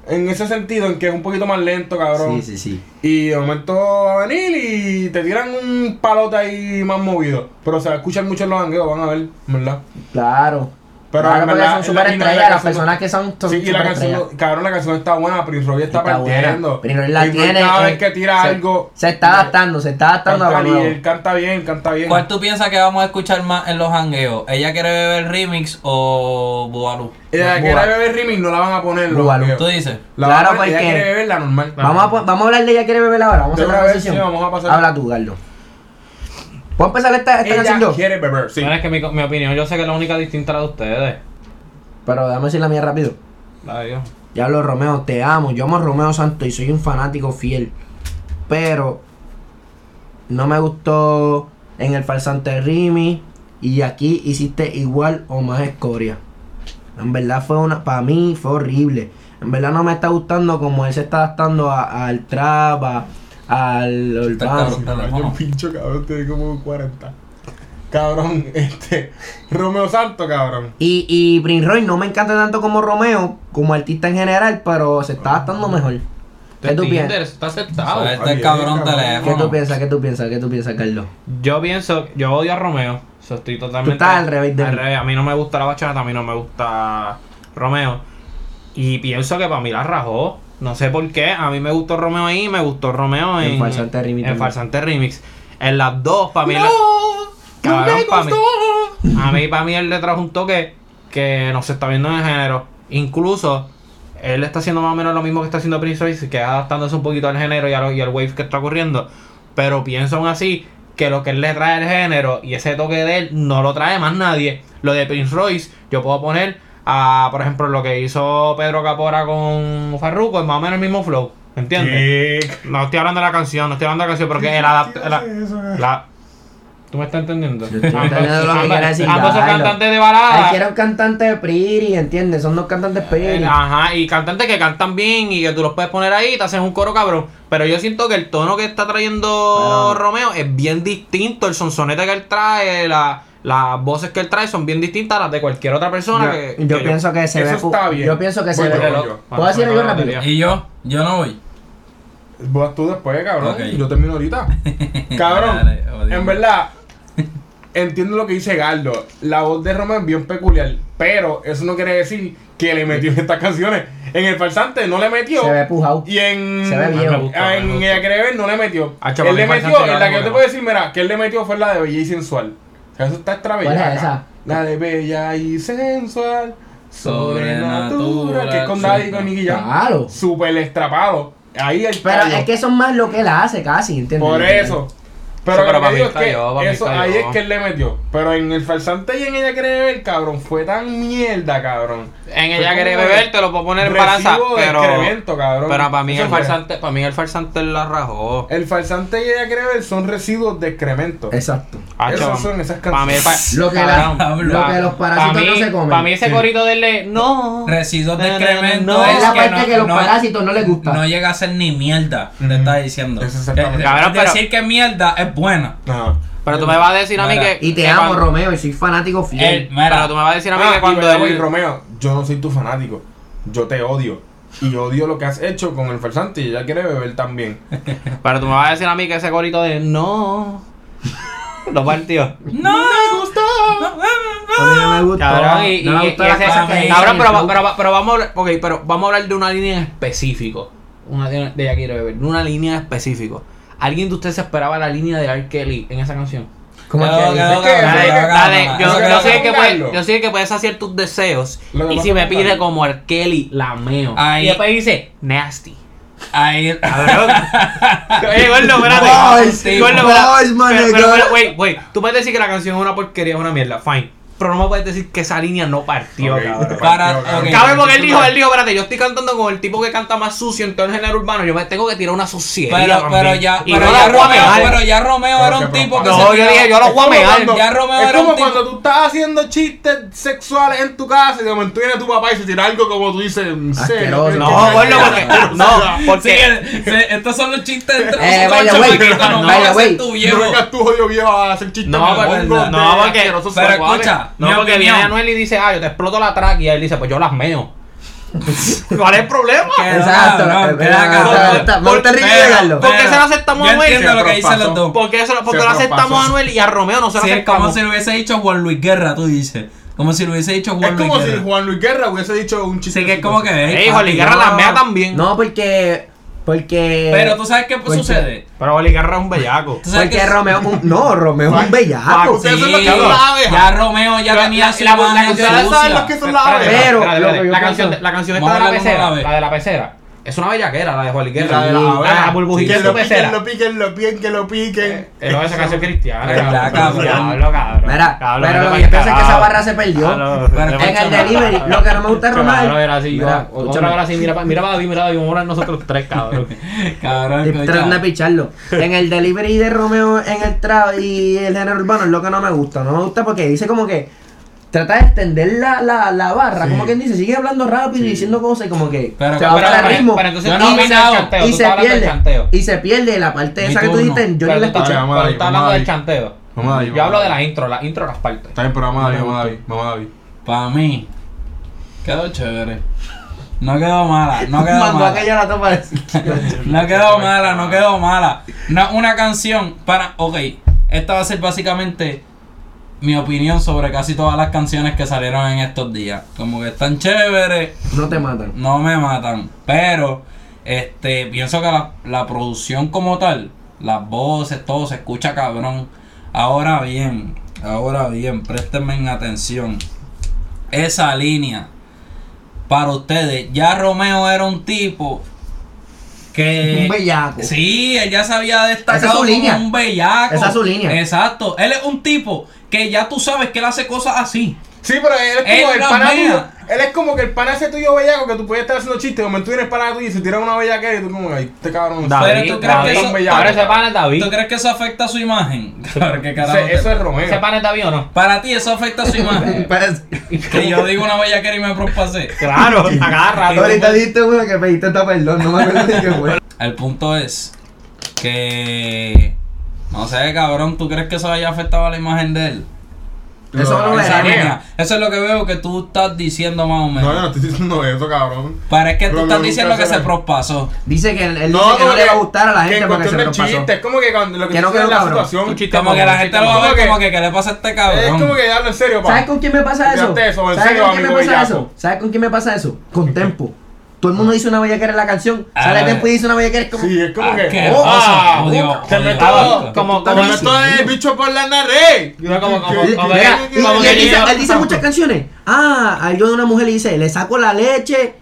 En ese sentido, en que es un poquito más lento, cabrón.
Sí, sí, sí.
Y de momento va a venir y te tiran un palote ahí más movido. Pero se va a escuchar mucho en los hangueos, van a ver, ¿verdad?
Claro.
Pero
claro,
en
porque
verdad,
son
en la-
superestrellas,
y la
las
canción-
personas que son, son
Sí, y la
superestrellas.
canción, cabrón, la canción está buena, Prince Roy está,
Está buena.
partiendo.
Prince Roy la
Prince Roy
tiene,
Cada
eh,
vez que tira
se-
algo. eh,
Se está adaptando, se está adaptando a
Canta,
lo
y
nuevo.
él canta bien, canta bien.
¿Cuál tú piensas que vamos a escuchar más en los hangueos? ¿Ella quiere beber remix o Bualu?
Y la que
Bugalú.
quiere beber remix no la van a poner. los
Bugalú.
videos.
¿Tú dices?
La
Claro,
van a poner, ella
porque-
quiere beber la normal.
Vamos a, po- vamos a hablar de ella quiere beber ahora. Vamos a
De
hacer una
una vez,
posición.
sí, vamos a pasar.
Habla tú, Garlo. ¿Puedo empezar esta, esta canción
Ella
yo?
quiere beber, sí.
No, es que mi, mi opinión, yo sé que es la única distinta a la de ustedes.
Pero déjame decir la mía rápido.
La de Dios.
Ya hablo Romeo, te amo. Yo amo a Romeo Santos y soy un fanático fiel. Pero no me gustó en el falsante Rimi. Y aquí hiciste igual o más escoria. En verdad fue una. Para mí fue horrible. En verdad no me está gustando como él se está adaptando a- al trap, a- al
Está
urbano.
cabrón.
Ay, yo pincho, cabrón, tiene como 40. Cabrón, este. Romeo Santo, cabrón.
Y, y Prince Roy no me encanta tanto como Romeo, como artista en general, pero se está adaptando mejor. ¿Qué tú piensas?
Está
O
aceptado.
sea, este
bien,
cabrón
cabrón.
¿Qué tú
teléfono.
piensas? ¿Qué tú piensas? ¿Qué tú piensas, Carlos?
Yo pienso, yo odio a Romeo. o sea, estoy totalmente.
Tú estás al revés de
al
mí.
revés. A mí no me gusta la bachata, a mí no me gusta Romeo. Y pienso que para mí la rajó. No sé por qué. A mí me gustó Romeo ahí, me gustó Romeo en.
En Farsante Remix
En
también.
Farsante Remix. En las dos, para mí. la-
No,
Cabrón, pa' mí.
gustó.
A mí, para mí, él le trajo un toque que no se está viendo en el género. Incluso, él está haciendo más o menos lo mismo que está haciendo Prince Royce, que es adaptándose un poquito al género y, a lo- y al wave que está ocurriendo. Pero pienso aún así que lo que él le trae al género y ese toque de él no lo trae más nadie. Lo de Prince Royce, yo puedo poner a, por ejemplo, lo que hizo Pedro Capora con Farruko, es más o menos el mismo flow. ¿Entiendes?
¿Qué?
No estoy hablando de la canción, no estoy hablando de la canción, porque
¿Qué
el adapta.
hace eso, eh?
La, ¿Tú me estás entendiendo?
Yo estoy entendiendo lo que
Ambas-
quiere decir
ambas son
Lalo.
cantantes de
Ah.
Ay,
balada.
quiero un cantante de Pretty, ¿entiendes? Son dos cantantes Pretty.
Eh, Ajá, y cantantes que cantan bien y que tú los puedes poner ahí y te haces un coro cabrón. Pero yo siento que el tono que está trayendo
Pero-
Romeo es bien distinto. El sonsonete que él trae, la- las voces que él trae son bien distintas a las de cualquier otra persona.
Ya,
que,
yo
que
pienso que se
Eso
ve. fu-
está bien.
Yo pienso que se
Voy
ve.
yo, voy yo.
¿Puedo decir algo rápido?
Y yo, yo no voy.
Vas tú después, cabrón.
Ok.
Yo termino ahorita. Cabrón,
Dale, odio.
en verdad, entiendo lo que dice Gardo. La voz de Romeo es bien peculiar, pero eso no quiere decir que le metió en estas canciones. En El Farsante no le metió.
Se ve pujado.
Y en. ah,
Se ve bien.
Ah,
Me gustó, me
en
gustó.
Ella Quiere Ver no le metió.
Ah, chaval,
él le
El Farsante
metió.
era
En la que yo
bueno.
te puedo decir, mira, que él le metió fue la de Bella y Sensual. O sea, eso está extra
¿Cuál es
bellaca.
esa?
La de Bella y Sensual. Sobrenatural.
Sobrenatural.
Que es con Daddy y con Nicky Jam.
Claro.
Super estrapado. Ahí el
Pero
callo.
es que eso es más lo que él hace, casi, ¿entiendes?
Por eso. Pero,
Sí, pero
lo
para
que
mí
digo es que
cayó, para mí
eso,
cayó.
ahí es que él le metió. Pero en el falsante y en ella quiere beber, cabrón, fue tan mierda, cabrón.
En
Fue
ella quiere
como
beber, te lo puedo poner en
recibo
balanza.
de
Pero,
excremento, cabrón.
pero para mí
Eso
el
fue. Eh,
farsante, para mí el farsante la rajó.
El falsante y ella quiere beber son residuos de excremento.
Exacto.
Ah,
Esas
chaval.
son esas
Pa' mí el fa-
Lo que la-
cabrón,
lo
pa-
que los
pa'
parásitos no
mí-
se comen.
Para mí ese
Sí.
corito del de no.
Residuos de
No, no, no,
excremento
no.
es,
Es la
parte que los parásitos no les gusta.
No llega a ser ni mierda, te está diciendo.
Eso exactamente.
Eh,
Cabrón, pero-
decir que mierda es buena.
Ajá.
Pero tú me vas a decir a mí
Mira,
que.
Y te
que
amo,
cuando-
Romeo, y soy fanático
el-
fiel.
Mira.
pero tú me vas a decir a mí
Ah,
que
y
cuando
by the way,
él-
Romeo, yo no soy tu fanático. Yo te odio. Y odio lo que has hecho con el falsante y ella quiere beber también.
Pero tú me vas a decir a mí que ese corito de no. Lo partió.
No, me gustó.
A mí no me gustó.
Cabrón, y,
no
y-
me
y
gustó las
ese-
cosas que
ese-
dicen
cabrón,
en
pero,
el
pero, pero vamos a hablar, ok, pero vamos a hablar de una línea en específico. Una de, de ella quiere beber, de una línea en específico. ¿Alguien de ustedes se esperaba la línea de R. Kelly en esa canción?
grupo. ¿Cómo es que
Quedó-
dice?
quedó
Es que-
cabrón,
Dale,
quedó
dale,
cabrón.
yo, yo
Eso que
sé que
vamos a
puedes,
hablarlo.
yo sé que puedes hacer tus deseos.
Lo que
Y
vamos
si
a
me
hablar.
pide como R. Kelly, la meo.
Ahí.
Y después dice, nasty.
Ahí.
Cabrón. Oye, gordo, espérate.
Boys,
Gordo,
boys,
espérate.
man,
Pero, pero,
girl.
pero, wait, wait. Tú puedes decir que la canción es una porquería, es una mierda. Fine. Pero no me puedes decir que esa línea no partió,
Ok,
cabrón.
Para-
cabrón.
ok.
Cabrón, porque él dijo, él dijo, espérate, yo estoy cantando con el tipo que canta más sucio en todo el género urbano. Yo me tengo que tirar una suciedad.
Pero,
también.
pero ya,
Y
pero,
no
ya
la voy a
Romeo,
mear.
pero ya Romeo era
Pero
un
que
tipo que
propaganda.
No,
se
yo
tiraba-
dije, yo lo
Es
voy a
como
mear.
cuando-
Ya Romeo
es
era
como
un tipo-
cuando tú estás haciendo chistes sexuales en tu casa y de momento viene tu papá y se tira algo como tú dices. en serio,
Asqueroso.
que-
No, gordo,
pues,
porque. No,
Sí,
porque.
el- se- estos son los chistes entre
Eh,
los
vaya, güey.
no
No,
vaya,
vaya, güey.
tu
No
viejo.
vengas tú, jodido viejo, a hacer chistes.
No,
de
porque,
gordos,
no,
de
porque-
asquerosos
pero
sexuales.
escucha,
No,
mi
porque viene
opinión.
Anuel y dice, ah, yo te exploto la tráquea. Y él dice, pues yo las meo. ¿Cuál es el problema?
Quedó
Exacto,
cabrón,
eh,
quedó
mira,
cabrón.
me gusta- me gusta Ricky
Pero-
Regallo.
¿Por qué
pero
se lo aceptamos a
Yo
Noel?
entiendo lo que
Se
dicen los
propasó.
dos.
¿Por qué, se lo- por qué
Se
lo aceptamos
propasó.
a Anuel y a Romeo no se lo
Sí, es como
aceptamos?
si le hubiese dicho Juan Luis Guerra, tú dices. Como si le hubiese dicho
Es
Juan Luis
como si
Guerra.
Juan Luis Guerra hubiese dicho un chiste.
Sí, que es como que.
Ey,
"Ey,
Juan Luis
papi,
Guerra la
no".
mea también.
No, porque. Porque.
Pero tú sabes qué
Porque-
sucede.
Pero Oli Guerra es un bellaco. Ah,
¿Tú sabes
porque
qué-
Romeo. un- no, Romeo es un
Paco,
bellaco.
ustedes son los
Sí,
que hablan.
ya Romeo ya
La-
tenía
la-
su
la- la-
imagen
ustedes saben
sucia.
los que son las abejas.
Espérate, espérate,
Pero,
espérate,
lo
espérate.
que yo
la,
pienso-
canción, de- la canción esta
Vamos
de
a
la
hablar como
pecera,
la ve.
la de la pecera, es una bellaquera, la de Juan Luis
Y
Guerra.
de
Ah,
abeja.
la burbujita
Que
de
lo
su
piquen,
pecera.
lo piquen, lo piquen, que lo piquen.
Eh, no, esa canción cristiana.
Verdad,
cabrón.
cabrón.
Diablo, cabrón.
Mira,
Diablo,
pero
vete
lo
pa'l
que yo pienso es que esa
carajo.
barra se perdió.
Diablo,
Pero
vete
En
pa'l
el
carajo.
delivery, lo que no me gusta es Romeo.
Cabrón, era así,
Mira,
yo- otra
escúchame.
hora así, mira, pa- mira para David, mira David, vamos a hablar nosotros tres, cabrón.
Cabrón,
Estoy tratando de
escucha.
picharlo. En el delivery de Romeo en el trap y el género urbano es lo que no me gusta. No me gusta porque dice como que trata de extender la, la, la barra. Como quien dice, sigue hablando rápido y diciendo cosas y como que
Pero-
se va
pero-
para
pero-
el ritmo.
pero entonces
y,
tú no
se-
opinas del
chanteo,
y
tú estás
se
hablando del
pierde.
chanteo.
Y se pierde la parte
Mi
esa que tú
turno.
dijiste. Yo
Pero
no la
tú
escuché.
estás-
Vamos a
pero
David,
estás
vamos a
hablando del
David.
chanteo.
Vamos a David,
Yo
vamos
hablo
a
de
David.
las intro, las intro las partes.
Está bien, pero vamos a David, vamos a David, vamos a David.
Para mí, quedó chévere. No quedó mala, no quedó
Mandó
mala.
aquella la toma de-
No quedó mala, no quedó mala. Una, una canción para. Ok, esta va a ser básicamente mi opinión sobre casi todas las canciones que salieron en estos días. Como que están chéveres,
No te matan.
no me matan. Pero, este, pienso que la, la producción como tal, las voces, todo se escucha cabrón. Ahora bien, ahora bien, préstenme en atención. Esa línea, para ustedes, ya Romeo era un tipo que...
Un bellaco.
Eh, Sí, él ya se había
Esa es su
destacado
línea.
como un bellaco.
Esa es su línea.
Exacto. Él es un tipo que ya tú sabes que él hace cosas así.
Sí, pero él es como
Él
el
no
pana
mea.
tuyo. Él es como que el pana ese tuyo bellaco que tú puedes estar haciendo chistes. De momento vienes para tuyo y se tira una bellaquera y tú como, ay, este cabrón. Este
Pero
David,
tú crees
David,
que eso-
un bellaco. Ahora ese pana es David.
¿Tú crees que eso afecta a su imagen? Claro, qué carajo.
Ese-
te-
eso es
¿Ese
Romeo.
pana es David o no?
Para ti eso afecta a su imagen. que yo digo una bellaquera y me propasé.
Claro, a cada rato.
Ahorita dijiste uno que pediste esta perdón, no me acuerdo ni qué fue.
El punto es que... No sé, cabrón, ¿tú crees que eso haya afectado a la imagen de él?
Eso no
Esa
Esa
verá.
mía.
línea. Eso es lo que veo que tú estás diciendo más o
No, yo
menos.
no estoy diciendo eso, cabrón.
Pero es que tú
Pero
estás
no,
diciendo
nunca
que se
será.
propasó.
Dice que él, él dice que no le va a gustar a la
que
gente
en
porque se
cuestión del
propasó.
chiste. Es como que cuando lo que
Que
tú
no
dices
quedó
la
cabrón.
situación.
Chiste
Como que la gente lo va a ver como que ¿qué le pasa a este
Es como
cabrón?
que ya, en serio, pa.
¿Sabes con quién me pasa eso?
Fíjate eso, en
¿Sabes
serio,
con quién me
amigo
pasa
bellaco.
eso? ¿Sabes con quién me pasa eso? Con Tempo. Todo el mundo dice una bellaquera en la canción.
Ah.
Sale Tempo y dice una bellaquera. Es como.
Sí, es como que. oh,
Asqueroso,
ah,
odio,
se
odio,
metió-
odio.
Como,
Oh, Como
como,
no estoy el bicho por la nariz.
Yo como- como-
Y- y-
como-
mira, y-
como
y
que
él, dice,
yo-
él dice muchas canciones. Ah, hay yo de una mujer y dice, le saco la leche.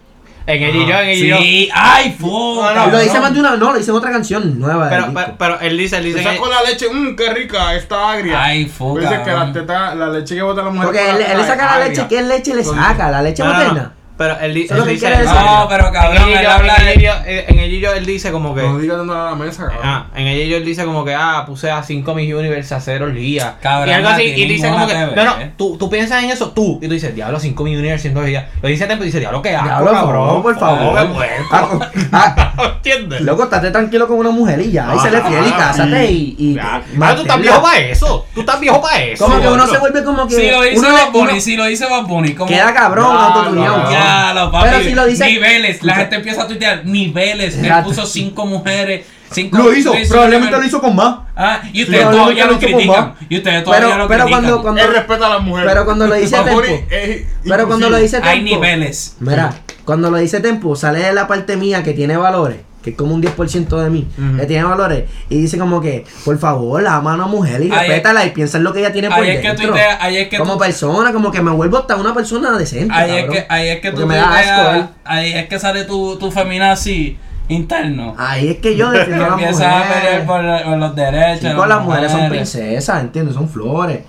En el y yo, en el y yo.
Sí, ay, fuck.
No,
lo dice más de una. No, lo dice en otra canción nueva. del
Pero,
disco.
pero, pero él dice, él dice.
Le
en el-
saco la leche, mmm, qué rica, está agria.
Ay, fu,
Pues Dice que
cabrón.
la, teta, la leche que bota la mujer.
Porque
por
él,
la
él le
teta
saca la
es
leche.
agria.
¿Qué leche le saca? ¿La leche
No, no, no.
materna?
Pero él, di-
Eso es lo
él
que
dice.
quiere decir.
No, pero cabrón,
en el,
él
yo-
habla
en el
de-
yo- en el yo, él dice como que.
No digas tanto a la mesa, cabrón.
Ah, en ella yo le dice como que, ah, puse a 5 Miss Universe a 0 Liga.
Cabrón,
y algo así.
no tiene
Y dice como que,
ninguna
no,
TV, ¿eh?
no, tú, tú piensas en eso tú. Y tú dices, diablo, 5 Miss Universe siendo Liga. Lo dice Tempo y dice, diablo, qué asco,
Diablo,
cabrón.
por favor,
Cabrón,
por favor. Ah, ah,
¿Entiendes?
Loco, estate tranquilo con una mujer y ya. Y se le fiel y
Ah,
cásate y. y
Claro,
manténla.
tú estás viejo para eso. Tú estás viejo para eso.
Como que uno
cabrón.
se vuelve como que.
Si lo dice
uno le-
Bad Bunny,
uno-
si lo dice Bad Bunny, como...
Queda cabrón,
Ya,
autotuneado.
cabrón.
Ya, lo papi.
Pero si lo dice-
Niveles. La
Escucha.
gente empieza a tuitear. Niveles. Él
Exacto.
puso cinco mujeres. Cinco
Lo hizo,
hizo
probablemente
nivel-
lo hizo con más.
Ah, y ustedes
Probablemente
todavía
lo
lo
hizo con
critican.
más.
Y ustedes todavía
Pero-
lo
pero
critican.
cuando- cuando-
Él respeta a las mujeres.
Pero cuando lo dice
Bad Bunny
Tempo.
es
Pero cuando
inclusivo.
lo dice Tempo.
Hay niveles.
Mira, cuando lo dice Tempo, sale de la parte mía que tiene valores, que es como un 10% de mí,
Ujú.
que tiene valores, y dice como que, por favor, ama a una mujer y
Ahí-
respétala y piensa en lo que ella tiene por
Ahí es que
dentro.
tuitea- ahí es que
como
tu-
persona, como que me vuelvo hasta una persona decente.
Ahí es
cabrón.
que, ahí es que tú
Porque me da
tuiteas-
asco, eh. él.
Ahí es que sale tu, tu feminazi interno.
Ahí es que yo defiendo a la mujer.
Empiezas a pelear por, la- por los derechos.
Sí,
de
con las mujeres son
mujeres.
princesas, ¿entiendes? Son flores.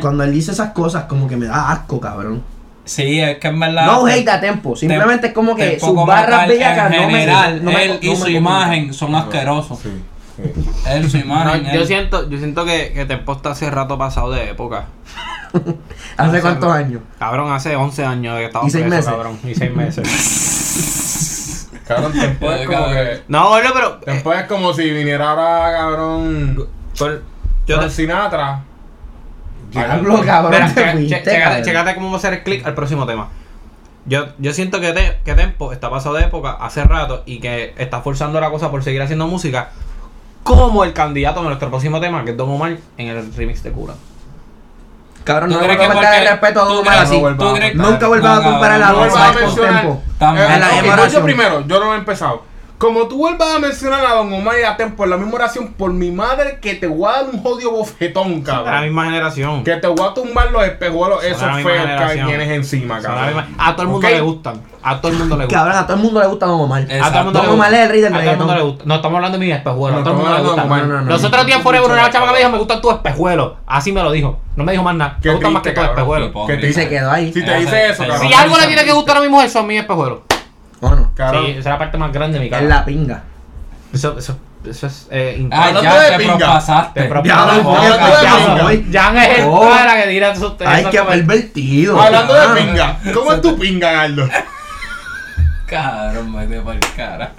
Cuando él dice esas cosas, como que me da asco, cabrón.
Sí, es que en verdad.
No hate a Tempo, simplemente es como que
Tempo
sus
como
barras
tal,
bellacas
en
no me,
general,
no me-
él
no
y
me
su
comunican.
imagen son asquerosos.
Sí, sí.
Él, su imagen.
No, yo
él.
siento, yo siento que, que Tempo está hace rato pasado de época.
¿Hace cuántos años?
Cabrón, hace 11 años que estaba
Y seis
preso,
meses.
cabrón. Y 6 meses.
Cabrón, Tempo es como que.
no, boludo, pero... eh,
Tempo es como si viniera ahora, cabrón.
por- yo
Yo
te-
Sinatra.
Diablo, cabrón,
Espera,
te
che-
fuiste,
che- chécate,
cabrón.
chécate cómo va a ser el click al próximo tema. Yo, yo siento que, te- que Tempo está pasado de época hace rato y que está forzando la cosa por seguir haciendo música como el candidato de nuestro próximo tema, que es Don Omar, en el remix de Cura.
Cabrón,
¿Tú
no le
crees
voy a
que
faltar
porque-
el respeto a
tú
Don Omar
crees-
así.
tú crees-
Nunca vuelvas a
No,
comparar
cabrón.
a
No
Don
vuelvas a
Omar con
mencionar.
Tempo.
También.
Eh,
la
ok,
misma
voy yo
oración.
primero, yo no he empezado. Como tú vuelvas a mencionar a Don Omar y a Tempo en la misma oración, por mi madre que te voy a dar un jodido bofetón,
Son de la
cabrón.
misma generación.
Que te voy a tumbar los espejuelos
de la
esos
misma
feos que
generación.
tienes encima,
Son de la
cabrón.
misma- a todo el mundo
Ok.
le gustan. A todo el mundo le gustan.
Cabrón, a todo el mundo le gusta Don Omar.
Eh,
A todo el mundo
Don
le
Omar
gusta.
es el rey del
A todo el mundo
reggaetón.
le gusta. No estamos hablando de mis espejuelos.
No,
a todo el mundo le
estamos
gusta.
hablando de Don Omar.
Los
No,
otros días fuera
no,
una
no.
chava que me dijo, me gustan tus espejuelos. Así me lo dijo. No me dijo más nada.
Qué
Me gustan más que
triste,
tus
cabrón.
espejuelos.
Tipo,
Qué
Y se quedó ahí.
Si te
Ese-
dice eso,
ese-
cabrón.
Si algo le tiene que gustar a mi mujer son mis espejuelos.
¿O no?
Cabrón.
Sí, esa es la parte más grande de mi
Es
cara.
la pinga.
Eso, eso, eso es eh,
Ah,
increíble.
Hablando
ya
de
te
pinga.
Te
propasaste.
propongo-
Ya,
Oh,
ya,
ya,
ya,
ya,
ya.
Jan es el
Oh.
cara que dirá eso.
Ay,
eso
qué
como-
pervertido.
Hablando
Ah.
de pinga, ¿cómo es tu pinga, Gardo?
Cabrón, me dio por cara.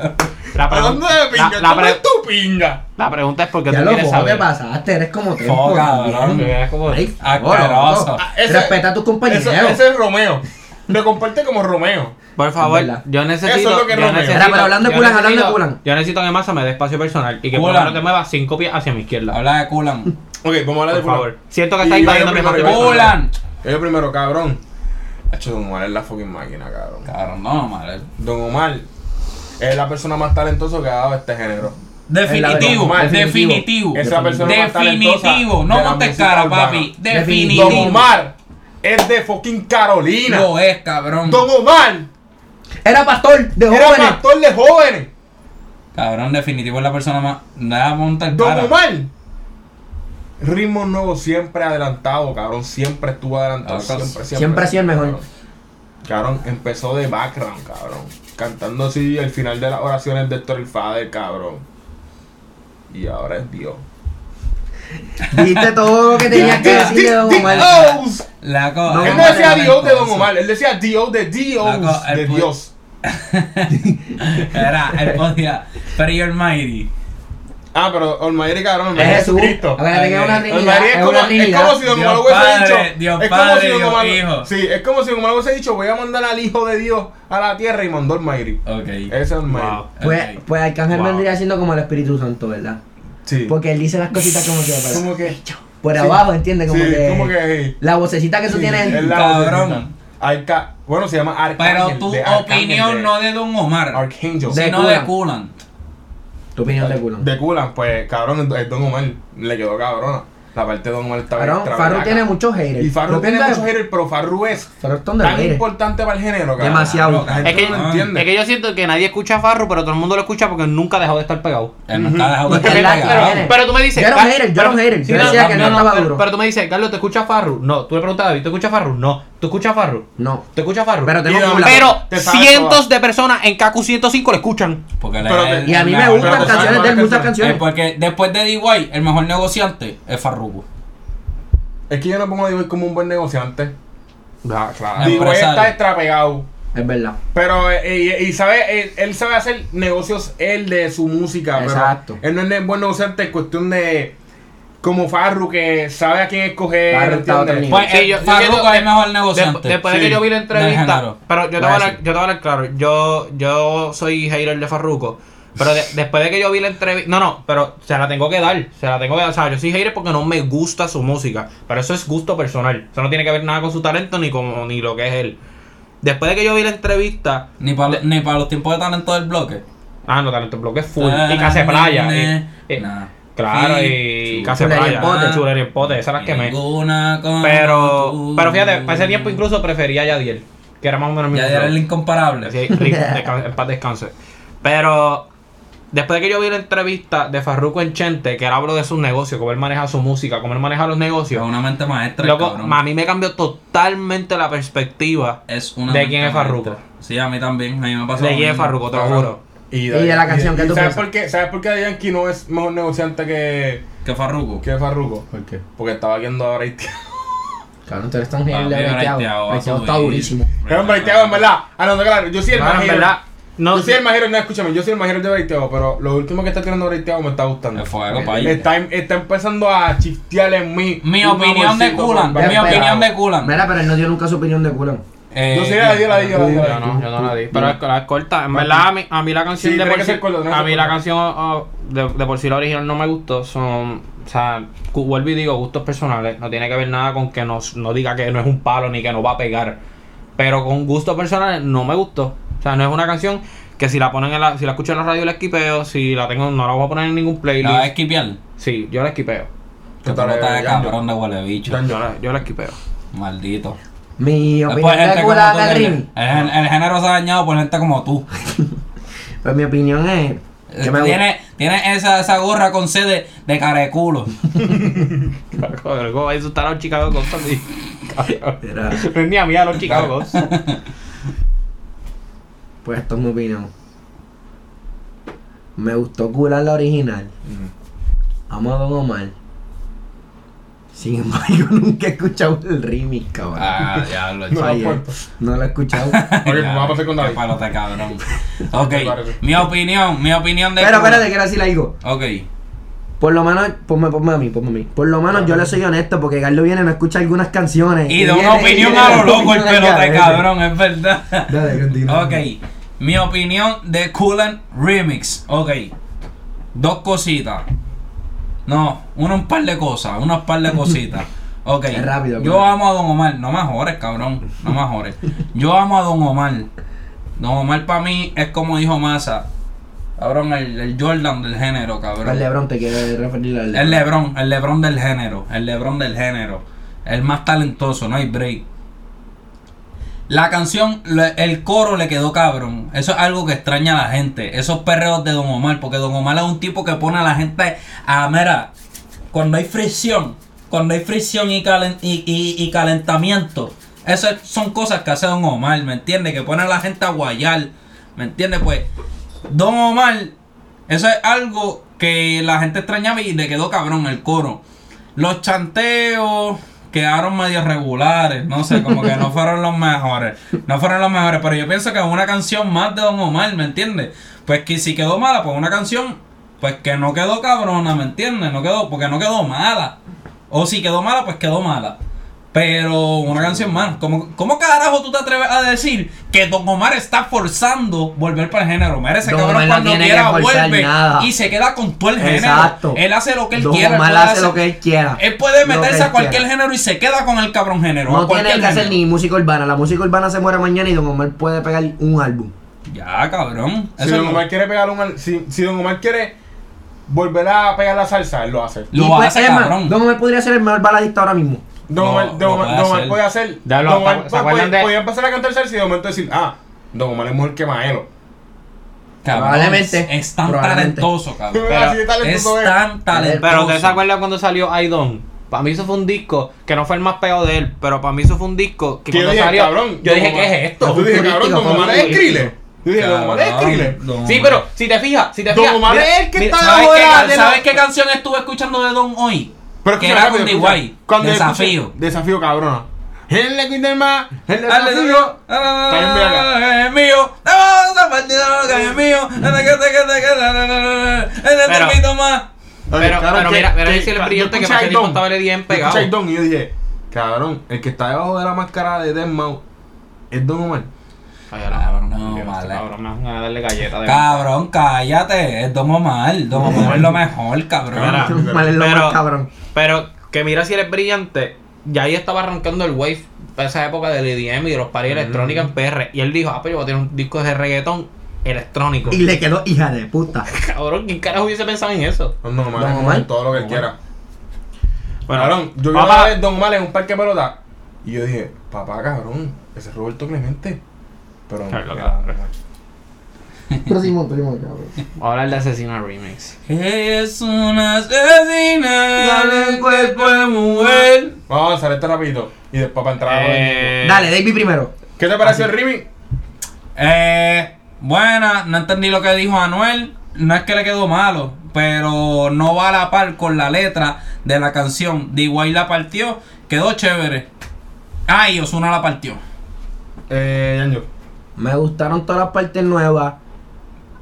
La
Hablando
pregunta,
de
la,
pinga,
la
¿cómo
pre-
es tu pinga?
la pregunta es porque
Ya
tú
lo
quieres
poco te
saber.
pasaste, eres como
Foca,
tempo.
cabrón.
también.
Es como-
Ay,
Asqueroso.
loco.
Ah, ese-
Respeta a tus compañeros.
Eso- Ese es Romeo. Te comparte como Romeo.
Por favor,
verdad.
yo necesito.
Eso es lo que
yo
Romeo.
necesito-
Espera, pero hablando de
yo
Culan, hablando de
necesito-
Culan.
Yo necesito que Massa me dé espacio personal y que por
Culan.
favor te muevas cinco pies hacia mi izquierda.
Habla de Culan.
Ok, vamos a hablar de
Por
Fulano.
favor. Siento que
Y
está
yo
invadiendo mi
primero,
espacio
yo primero.
personal.
Culan.
Yo primero, cabrón. Ha hecho Don Omar es la fucking máquina, cabrón.
Cabrón, no, madre.
Don Omar es la persona más talentosa que ha dado este género.
Definitivo,
Omar,
definitivo.
Es la persona más talentosa
Definitivo,
de
no
la
montes
música
cara,
urbana.
papi.
Definitivo.
Don
Definitivo.
Omar es de fucking Carolina.
Lo es, cabrón.
Don Omar
Era pastor de
era
jóvenes.
pastor de jóvenes.
Cabrón, definitivo es la persona más. Nada monta el
Don
cara.
Omar ritmos nuevos siempre adelantado, cabrón. Siempre estuvo adelantado.
Ah,
siempre, siempre,
Siempre ha sido el mejor.
Cabrón, empezó de background, cabrón. Cantando así el final de las oraciones de Héctor el Fader, cabrón. Y ahora es Dios.
Viste todo lo que tenías que decir de Don Omar.
Dios.
La co-
No,
el
no
Él no
Omar
decía
era
Dios de Don
entonces.
Omar, él decía Dios de Dios,
Loco, el
de
pu-
Dios.
Era, él podía. Pero y Almighty.
Ah, pero Almighty, cabrón,
Es Jesús.
Cristo.
Acuérdate que es una
Ok.
trinidad.
Almighty es
Es
como,
una
es como si
trinidad.
Don
Dios
Omar hubiese
Padre,
dicho.
Dios
es como
Padre,
si Don
Dios
Omar-
Hijo.
Sí, es como si Don Omar hubiese dicho, voy a mandar al Hijo de Dios a la tierra y mandó Almighty.
Ok.
Eh,
Ese es Almighty.
Wow.
Pues,
Ok.
pues Arcángel
Wow.
vendría siendo como el Espíritu Santo, ¿verdad?
Sí.
Porque él dice las cositas como que para-
Como que-
por
sí.
abajo, ¿entiendes? Como
sí,
que,
como que
la vocecita que tú
sí,
tienes.
es la
Cabrón.
vocecita. Arca- bueno, se llama Arcángel.
Pero tu
de Arcángel,
opinión
de-
no de Don Omar,
Archangel.
de
sino de
Culan.
Culan.
Tu opinión de culo.
De Culan, pues cabrón, es Don Omar. Le quedó cabrona. La parte de Don Omar está bien
Cabrón,
trabajaca.
Farru tiene muchos haters.
Y Farru
¿No
tiene
piensas?
muchos haters, pero Farru es
Farru es donde
tan
haters.
importante para el género, cabrón.
Ah,
Demasiado.
La gente
Es que,
no lo entiende.
es que yo siento que nadie escucha a Farru, pero todo el mundo lo escucha porque nunca dejó de estar pegado.
Él no está dejado de
Porque
estar
Pero,
él la
pegado.
tiene.
pero tú me dices.
Yo era un
Car-
hater, yo era un hater. Yo
decía que no
estaba
pero,
duro.
Pero tú me dices, Carlos, ¿te escuchas Farru? No. Tú le preguntas a David, ¿te escuchas Farru? No. ¿Tú escuchas Farru?
No.
¿Te escuchas Farru?
Pero tengo
Y de-
culo.
Pero
Te sabes
cientos
todas.
de personas en KQ105 le escuchan.
Porque
Pero
él-
te-
Y a mí
la-
me
la-
gustan las
pero te
canciones
sabes
de él, muchas
canciones.
canciones.
Eh, porque después de D.Y., el mejor negociante es Farruko.
Es que yo no pongo a Divoy como un buen negociante.
Ah, claro.
Divoy
Empresario.
está extrapegado.
Es verdad.
Pero, eh, y, y sabe, él, él sabe hacer negocios, él de su música. pero
Exacto.
él no es ne- buen negociante, es cuestión de. Como Farru, que sabe a quién escoger.
Farru está a otro
¿entiendes?
nivel.
Pues
Sí,
eh,
yo- yo
Farruko
siento-
es el mejor
Desp-
negociante.
después
Sí.
de que yo vi la
Del
entrevista,
género.
pero yo te, voy
Puede
a hablar,
ser.
yo te voy a hablar claro, yo, yo soy hater de Farruko, pero de- después de que yo vi la entrevista, no, no, pero se la tengo que dar, se la tengo que dar, o sea, yo soy hater porque no me gusta su música, pero eso es gusto personal, eso no tiene que ver nada con su talento ni con ni lo que es él. Después de que yo vi la entrevista,
Ni para ni pa los tiempos de talento del bloque.
ah, no, talento bloque es full,
Ah,
y Case Playa,
nene.
y- y-
Nah.
claro,
Sí.
y Case
Chulería en
Playa,
pote.
Chulería en pote, esas las que me...
Ninguna como
Pero,
tú.
pero fíjate, para ese tiempo incluso prefería a Yadiel, que era más o menos mi
Ya era el incomparable.
Así, rip, descan- en paz descanse. Pero después de que yo vi la entrevista de Farruko en Chente, que él habló de sus negocios, cómo él maneja su música, cómo él maneja los
Es
negocios,
una mente maestra. el
loco,
cabrón.
a mí me cambió totalmente la perspectiva
es una
¿De
mente
quién es
maestra.
Farruko?
Sí, a mí también. A mí me pasó.
de
lo
quién es
mismo.
Farruko, te lo
Cabrón.
juro.
Y de la canción que tú piensas.
¿sabes por qué? ¿Sabes por qué Daddy Yankee no es mejor negociante que,
¿Qué Farruko?
que Farruko?
¿Por qué?
Porque estaba viendo a Braithia.
Cabrón, tú eres tan genial de
Papi,
Breiteado.
breiteado, va a
Breiteado está
subir.
durísimo.
Pero Braithia, en verdad, hablando claro, yo soy el
Mano,
más
en
hater.
verdad, no,
yo soy el más hater, no, escúchame, yo soy el más hater de Braithia, pero lo último que está tirando Braithia me está gustando.
El fuego, país.
Está, em, está empezando a chistear en mí.
Mi
un
opinión de
amorcito
Kulan.
por
Mi
Espera.
Braithia.
opinión de Kulan.
Mira, pero él no dio nunca su opinión de culo.
Eh,
Yo sí la di, la di, yo la di. yo la
yo
di.
no, yo no la di. Pero es, la es corta. En verdad, a mí, a mí la canción
Sí,
de
tiene
por
que
sí.
ser corta, tiene que
A
ser
mí la
corta.
canción ah, de, de por sí la original no me gustó. Son. O sea, cu- vuelvo y digo, gustos personales. No tiene que ver nada con que nos, no diga que no es un palo ni que no va a pegar. Pero con gustos personales no me gustó. O sea, no es una canción que si la ponen en la, si la escucho en la radio la esquipeo, si la tengo, no la voy a poner en ningún
La vas a
eh.
playlist.
esquipear.
Sí, yo la esquipeo.
Que
Yo
tú no
también,
estás de
yo-
cabrón de huele bicho.
Yo la, yo la esquipeo.
Maldito.
Mi opinión
Después, gente
de
Pues,
culo
como tú,
de
que-
Rimi.
el, gen- el género se ha dañado por gente como tú.
Pues mi opinión es. Que me gusta.
Tiene, tiene esa, esa gorra con C de, de careculo.
Joder, ¿cómo va a insultar a los Chicago Cubs también? Cabrón.
Era-
No es ni a mí a los Chicago Cubs.
Pues esto es mi opinión. Me gustó curar la original. Amo a Don Omar. Sin embargo, nunca he escuchado el remix, cabrón.
Ah, diablo,
No,
chaval.
Oye,
puerto.
no lo he escuchado.
Ok, pues vamos a pasar con
Qué
David.
palote, cabrón. Ok,
Me parece.
mi opinión, mi opinión de.
Pero
Cuba.
espérate, quiero decir algo.
Ok,
Por lo menos, ponme, ponme a mí, ponme a mí. Por lo menos yo le soy honesto porque Carlos viene y no escucha algunas canciones.
y de
viene-
una
y
opinión
viene
a lo
con
loco el
una
pelote,
cabeza.
cabrón, es verdad.
Dale, continúa.
Ok, mi opinión de Coolant Remix. Ok, dos cositas. No, uno un par de cosas, unos par de cositas. Ok,
Es rápido,
yo
cabrón.
amo a Don Omar, no me jores, cabrón, no me jores. Yo amo a Don Omar. Don Omar para mí es como dijo Massa, cabrón, el, el Jordan del género, cabrón.
El Lebron te quiere referir al
El Lebron, el Lebron del género, el Lebron del género, el más talentoso, no hay break. La canción, le- el coro le quedó cabrón. Eso es algo que extraña a la gente. Esos perreos de Don Omar, porque Don Omar es un tipo que pone a la gente a mera. cuando hay fricción, cuando hay fricción y, calen- y, y- y calentamiento, esas son cosas que hace Don Omar, ¿me entiendes? Que pone a la gente a guayar, ¿me entiendes? Pues Don Omar, eso es algo que la gente extrañaba y le quedó cabrón el coro. Los chanteos quedaron medio regulares, no sé, como que no fueron los mejores. No fueron los mejores, pero yo pienso que es una canción más de Don Omar, ¿me entiendes? Pues que si quedó mala, pues una canción, pues que no quedó cabrona, ¿me entiendes? No quedó, porque no quedó mala. O si quedó mala, pues quedó mala. Pero una canción más. ¿Cómo, ¿Cómo carajo tú te atreves a decir que Don Omar está forzando volver para el género? Mira, ese
Don
cabrón
Omar no
cuando
tiene que
quiera
forzar
vuelve
nada.
y se queda con todo el género.
Exacto.
Él hace lo que él
Don
quiera.
Omar
puede
hace
hacer-
lo que él quiera.
él puede
Lo que
meterse
él
a cualquier
quiera.
género y se queda con el cabrón género. a
No tiene
cualquier
que hacer
género.
ni música urbana. La música urbana se muere mañana y Don Omar puede pegar un álbum.
Ya, cabrón.
Si
Eso
Don
no-
Omar quiere pegar un. al- Si, si Don Omar quiere volver a pegar la salsa, él lo hace.
Lo
Y pues,
hace,
es más,
cabrón.
Don Omar podría ser el mejor baladista ahora mismo.
Don
No,
Omar, Don
lo
Omar-
puede
Don Omar
hacer.
puede hacer.
Ya lo-
Don Omar
¿se
puede-
acuerdan de-
podía empezar a cantar salsa y de momento decir, ah, Don Omar es mejor que Maelo.
Cabrón,
Probablemente,
Es tan
probablemente.
talentoso, cabrón.
Así de
Es
talentoso es.
tan talentoso.
Pero ustedes se acuerdan cuando salió Aidon. Para mí eso fue un disco que no fue el más pegado de él, pero para mí eso fue un disco que
Que yo
cuando
dije,
salió
cabrón.
yo
Don
dije,
Omar-
¿qué es esto?
Yo dije, cabrón,
Futurístico,
Don Omar es
futurístico.
Skrillex. Yo dije, Don Omar es
Cabrón,
Skrillex.
Don
Sí,
Omar.
pero si te fijas, si te
Don
fijas,
Omar
mira-
es el que
mira-
está
¿Sabes
debajo de
qué,
la- de la-
¿Sabes qué canción estuve escuchando de Don hoy?
Pero
que
escucha,
era
rápido,
con
escucha.
D.Y.
Cuando yo
Desafío.
escuché- Desafío, cabrona. Él le quita el más. Él
Dale,
le
dale,
desafío. También ve acá.
dale, "Ah, Es mío, vamos a partir de lo que es mío.
Mm.
Dale, que te- que te- que te- dale, dale, dale. Dale,
Pero-
trapito más.
Pero,
Cabrón,
pero
que-
mira, mira
que-
si el
yo
brillante que
escuché
más
a
tiempo
Don.
estaba bien
Yo
pegado.
escuché a Don y yo dije, cabrón, el que está debajo de la máscara de Deadmau es Don Omar.
Ay, ahora-
Cabrón, no,
Dios,
vale.
cabrón, me van a darle galleta de
Cabrón, cállate, es Don Omar. Don Omar es lo mejor, cabrón.
Mira,
Ah,
Don Omar es lo
pero-
más cabrón.
Pero que mira si eres brillante, ya ahí estaba arrancando el wave de esa época del EDM y de los parties electrónicos en PR. Y él dijo, ah, pues yo voy a tener un disco de reggaetón electrónico.
Y le quedó hija de puta.
Cabrón, ¿quién carajo hubiese pensado en eso?
Don Omar
Don
es
Omar.
todo lo que él quiera.
Bueno,
cabrón, yo vi
papá-
una vez Don Omar en un parque de pelota y yo dije, papá, cabrón, ese es Roberto Clemente. Pero no,
Claro,
era
claro.
Don Omar.
Próximo primo, cabrón.
Vamos a hablar de Asesina Remix.
Ella es una asesina.
Dale el cuerpo
de mujer.
Vamos a avanzar este rapidito y después para entrar a lo de-
Eh,
Dale, David primero.
¿Qué te pareció el remix?
Eh, buena, no entendí lo que dijo Anuel. No es que le quedó malo, pero no va a la par con la letra de la canción. De igual la partió, quedó chévere. Ay, Osuna la partió.
Eh, Yanjo.
Me gustaron todas las partes nuevas.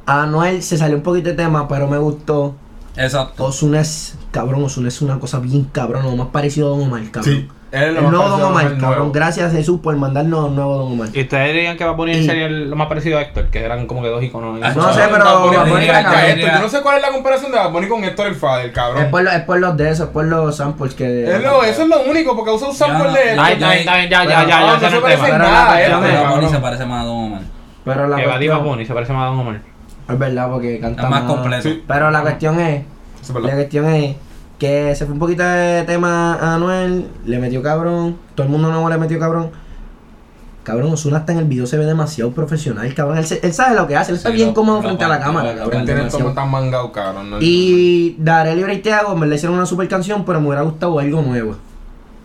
Anuel se salió un poquito de tema, pero me gustó.
Exacto.
Osuna es, cabrón, Osuna es una cosa bien cabrón, lo más parecido a Don Omar, cabrón.
Sí. Él es
El
lo más
nuevo
parecido
Don
a
Omar,
Omar
cabrón.
nuevo.
Gracias Jesús por mandarnos un nuevo Don Omar.
Y ustedes dirían que va a poner
Y-
sería el- lo más parecido a Héctor, que eran como que dos iconos.
Ah,
No sé,
Cabrón,
pero
Bad Bunny
Bad
es
Bunny
igual
era
que
cabrón.
Héctor. Yo no sé cuál es la comparación de Bad Bunny con Héctor el Fader,
Es
cabrón.
por, lo- es por los de esos, es por los samples que...
Es lo- eso es lo único, porque usa un sample
no.
de él.
Ay, está bien, está bien, ya, ya, ya,
Ah,
ya,
no
ese
se
no es
parece en
tema.
Pero
nada
la
a
cuestión
Héctor,
es-
Pero Bonnie se
cabrón.
parece más a Don Omar.
Pero la
Evadiva
cuestión,
Pony, se parece más a Don Omar.
es verdad, porque canta
Está más completo.
Sí.
Pero la cuestión es,
Eso es
la
verdad.
cuestión es que se fue un poquito de tema a Anuel, le metió cabrón, todo el mundo nuevo le metió cabrón. Cabrón, Osuna hasta en el video se ve demasiado profesional, cabrón. Él, se- él sabe lo que hace, él está
Sí,
bien
lo-
cómodo
lo
frente a la
partió,
cámara,
lo
cabrón.
Tiene todo
demasiado.
tan mangado, cabrón. no entiendo.
Y Darel y Thiago me le hicieron una super canción, pero me hubiera gustado algo nuevo.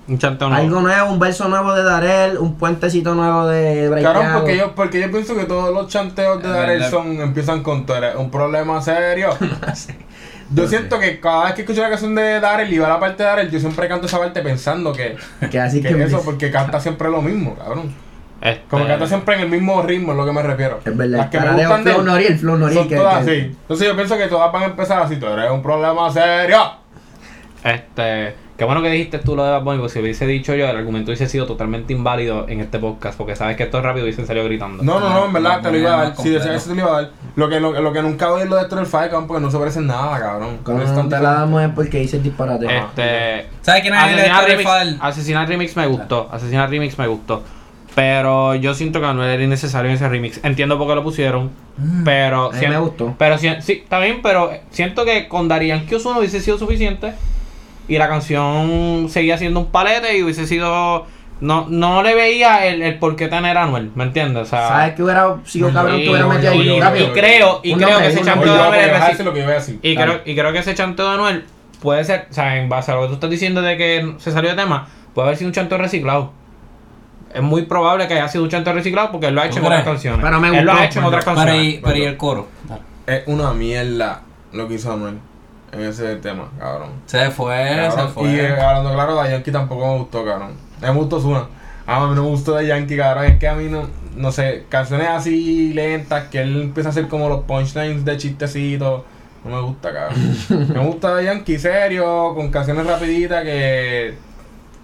Un chanteo
Algo
nuevo.
nuevo, un verso nuevo de Darel, un puentecito nuevo de Bray
Cabrón,
Thiago.
porque yo, porque yo pienso que todos los chanteos de
Es
Darel
verdad.
son empiezan con tú eres un problema serio. Yo siento que cada vez que escucho la canción de Darel y va la parte de Darel, yo siempre canto esa parte pensando que,
Que así
que
que...
eso, porque canta siempre lo mismo, cabrón.
Este,
Como canta siempre en el mismo ritmo, es lo que me refiero.
Es verdad,
Las que me
tarareo,
gustan de
Flow
él
Nori, el Flow Nori.
son
que-
todas
que-
así. Entonces yo pienso que todas van a empezar así, tú eres un problema serio.
Este, qué bueno que dijiste tú lo de Bad Bunny, porque si hubiese dicho yo, el argumento hubiese sido totalmente inválido en este podcast, porque sabes que esto rápido hubiesen salido gritando.
No, no, no, en verdad
No,
te lo iba a dar.
no,
Si decía
completo.
eso te lo iba a dar. Lo que, lo, lo que nunca oí es lo de Troll Fire, cabrón, porque no se parecen nada, cabrón.
Cuando
Es
no
tan
te la damos es porque dice el disparate.
Eh,
Este,
¿Sabes quién es el
Asesinar
Héctor el
Remix, Ah,
Fader?
Asesinar Remix me gustó. Asesinar Remix me gustó. Pero yo siento que no era innecesario en ese remix. Entiendo por qué lo pusieron. Pero.
Mm. a mí
sien-
me gustó.
Pero sí, sí, también, pero siento que con Darían Kyusuno hubiese sido suficiente. Y la canción seguía siendo un palete y hubiese sido. No, no le veía el, el por qué tener a Anuel, ¿me entiendes? O sea,
¿Sabes qué hubiera sido
y-
cabrón
y-
que hubiera metido
y-
ahí
y
rápido?
creo, y
Uno
creo que
menos,
ese
uno
chanteo
Oye,
de
yo
Anuel
voy a
era
dejarse
reci-
lo que yo voy a decir.
y
Dale.
creo, y creo que ese chanteo de Anuel puede ser, o sea, en base a lo que tú estás diciendo de que se salió de tema, puede haber sido un chanto reciclado. Es muy probable que haya sido un chanto reciclado porque él lo ha
¿Tú
hecho en otras
crees?
canciones.
Pero me
él lo
gustó,
ha hecho en
coño.
otras
Pero
canciones.
y, pero y el coro.
Es una mierda lo que hizo Anuel en ese tema, cabrón.
Se fue, se
Cabrón.
fue.
Y eh, hablando claro, Da Yankee tampoco me gustó, cabrón. Me gustó Zuna. Ah, A mí no me gustó Da Yankee, cabrón. Es que a mí no, no sé, canciones así lentas que él empieza a hacer como los punchlines de chistecitos. No me gusta, cabrón. me gusta Da Yankee serio, con canciones rapiditas que.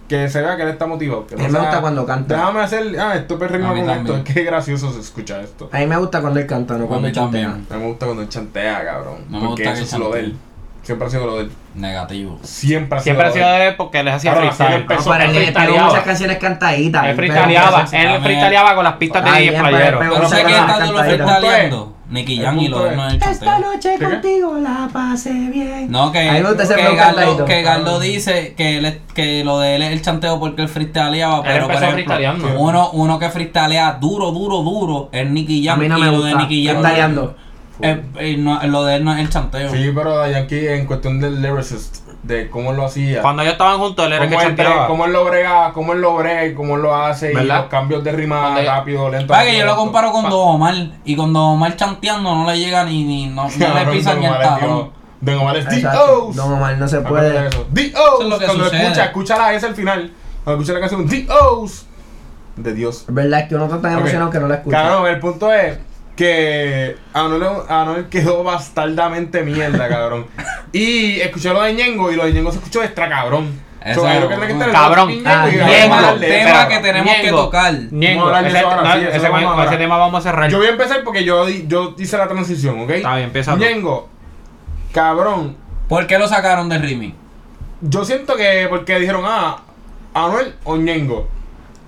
Que se vea que él está motivado. que no
A mí me
sea,
gusta cuando canta.
Déjame hacer. Ah, esto perrima
A mí
con
también.
esto. Qué gracioso se escucha esto.
A mí me gusta cuando él canta, no
A
cuando
mí
chantea.
también.
No me gusta cuando él chantea, cabrón.
No me
porque
gusta que
eso es lo de él. Siempre ha sido lo de él.
Negativo.
Siempre ha sido
Siempre ha
lo de
sido
él.
de él porque él hacía
Ahora,
freestyle.
siempre
No,
Eso
él
pero él él tiene
freestyleaba.
muchas canciones cantaditas.
Él
pero-
freestyleaba. Él
también.
freestyleaba con las pistas
Está
de DJ
bien,
Playero.
pero-
Pero
no
sé
sé
que
qué
está
cantante
lo
era.
freestyleando. Nicky
El
Jam y
punto
lo
es-
no es el
Esta
chanteo.
noche
¿Qué?
contigo la pasé bien.
No, que,
A mí me gusta ese flow
que, Garlo,
cantadito.
que Garlo dice que, él es- que lo de él es el chanteo porque él freestyleaba, pero por
empezó
ejemplo,
freestyleando.
uno, uno que freestylea duro, duro, duro es Nicky
a
Jam.
mí no
y
me
lo de
gusta.
Nicky Jam
Freestyleando.
es- es- no- lo de él no es el chanteo.
Sí, pero de Yankee en cuestión del lyricist, de cómo él lo hacía.
Cuando ellos estaban juntos, él era el que
cómo, él,
chanteaba.
cómo él lo brega, cómo él lo brega, y cómo él lo hace,
¿Verdad?
y los cambios de rima
Cuando yo-
rápido, lento.
Para que yo lo
lento.
comparo con
Pa-
Don Omar y con Don Omar chanteando no le llega ni, ni no, no le
Cabrón,
pisa
Don
ni el
Omar es
talón.
Dios. Don Omar es
Exacto.
D.O.s.
Don Omar no se
Acuérdate de
puede.
eso. D.O.s.
es lo que
Cuando
sucede.
escucha, escucha la S al final. Cuando escucha la canción D.O.s. De Dios.
Es verdad es que uno está tan
Ok.
emocionado que no la escucha.
Cabrón, el punto es que Anuel, Anuel quedó bastardamente mierda, cabrón. y escuché lo de Ñengo y lo de Ñengo se escuchó extra cabrón.
Eso
So,
es
yo creo que hay que tener
Cabrón.
fucking
Ah,
Ñengo y
Ñengo.
vamos a
Tema,
darle,
tema
espera.
que tenemos que
Ñengo.
tocar.
Ñengo,
Vamos a hablar de
ese,
eso ahora,
no,
sí, eso
ese
lo vamos a
con
hablar.
ese tema vamos a cerrar.
Yo voy a empezar porque yo, di- yo hice la transición, ¿ok?
Está bien, empieza tú.
Ñengo, cabrón.
¿Por qué lo sacaron de Rimi?
Yo siento que porque dijeron, ah, Anuel o Ñengo.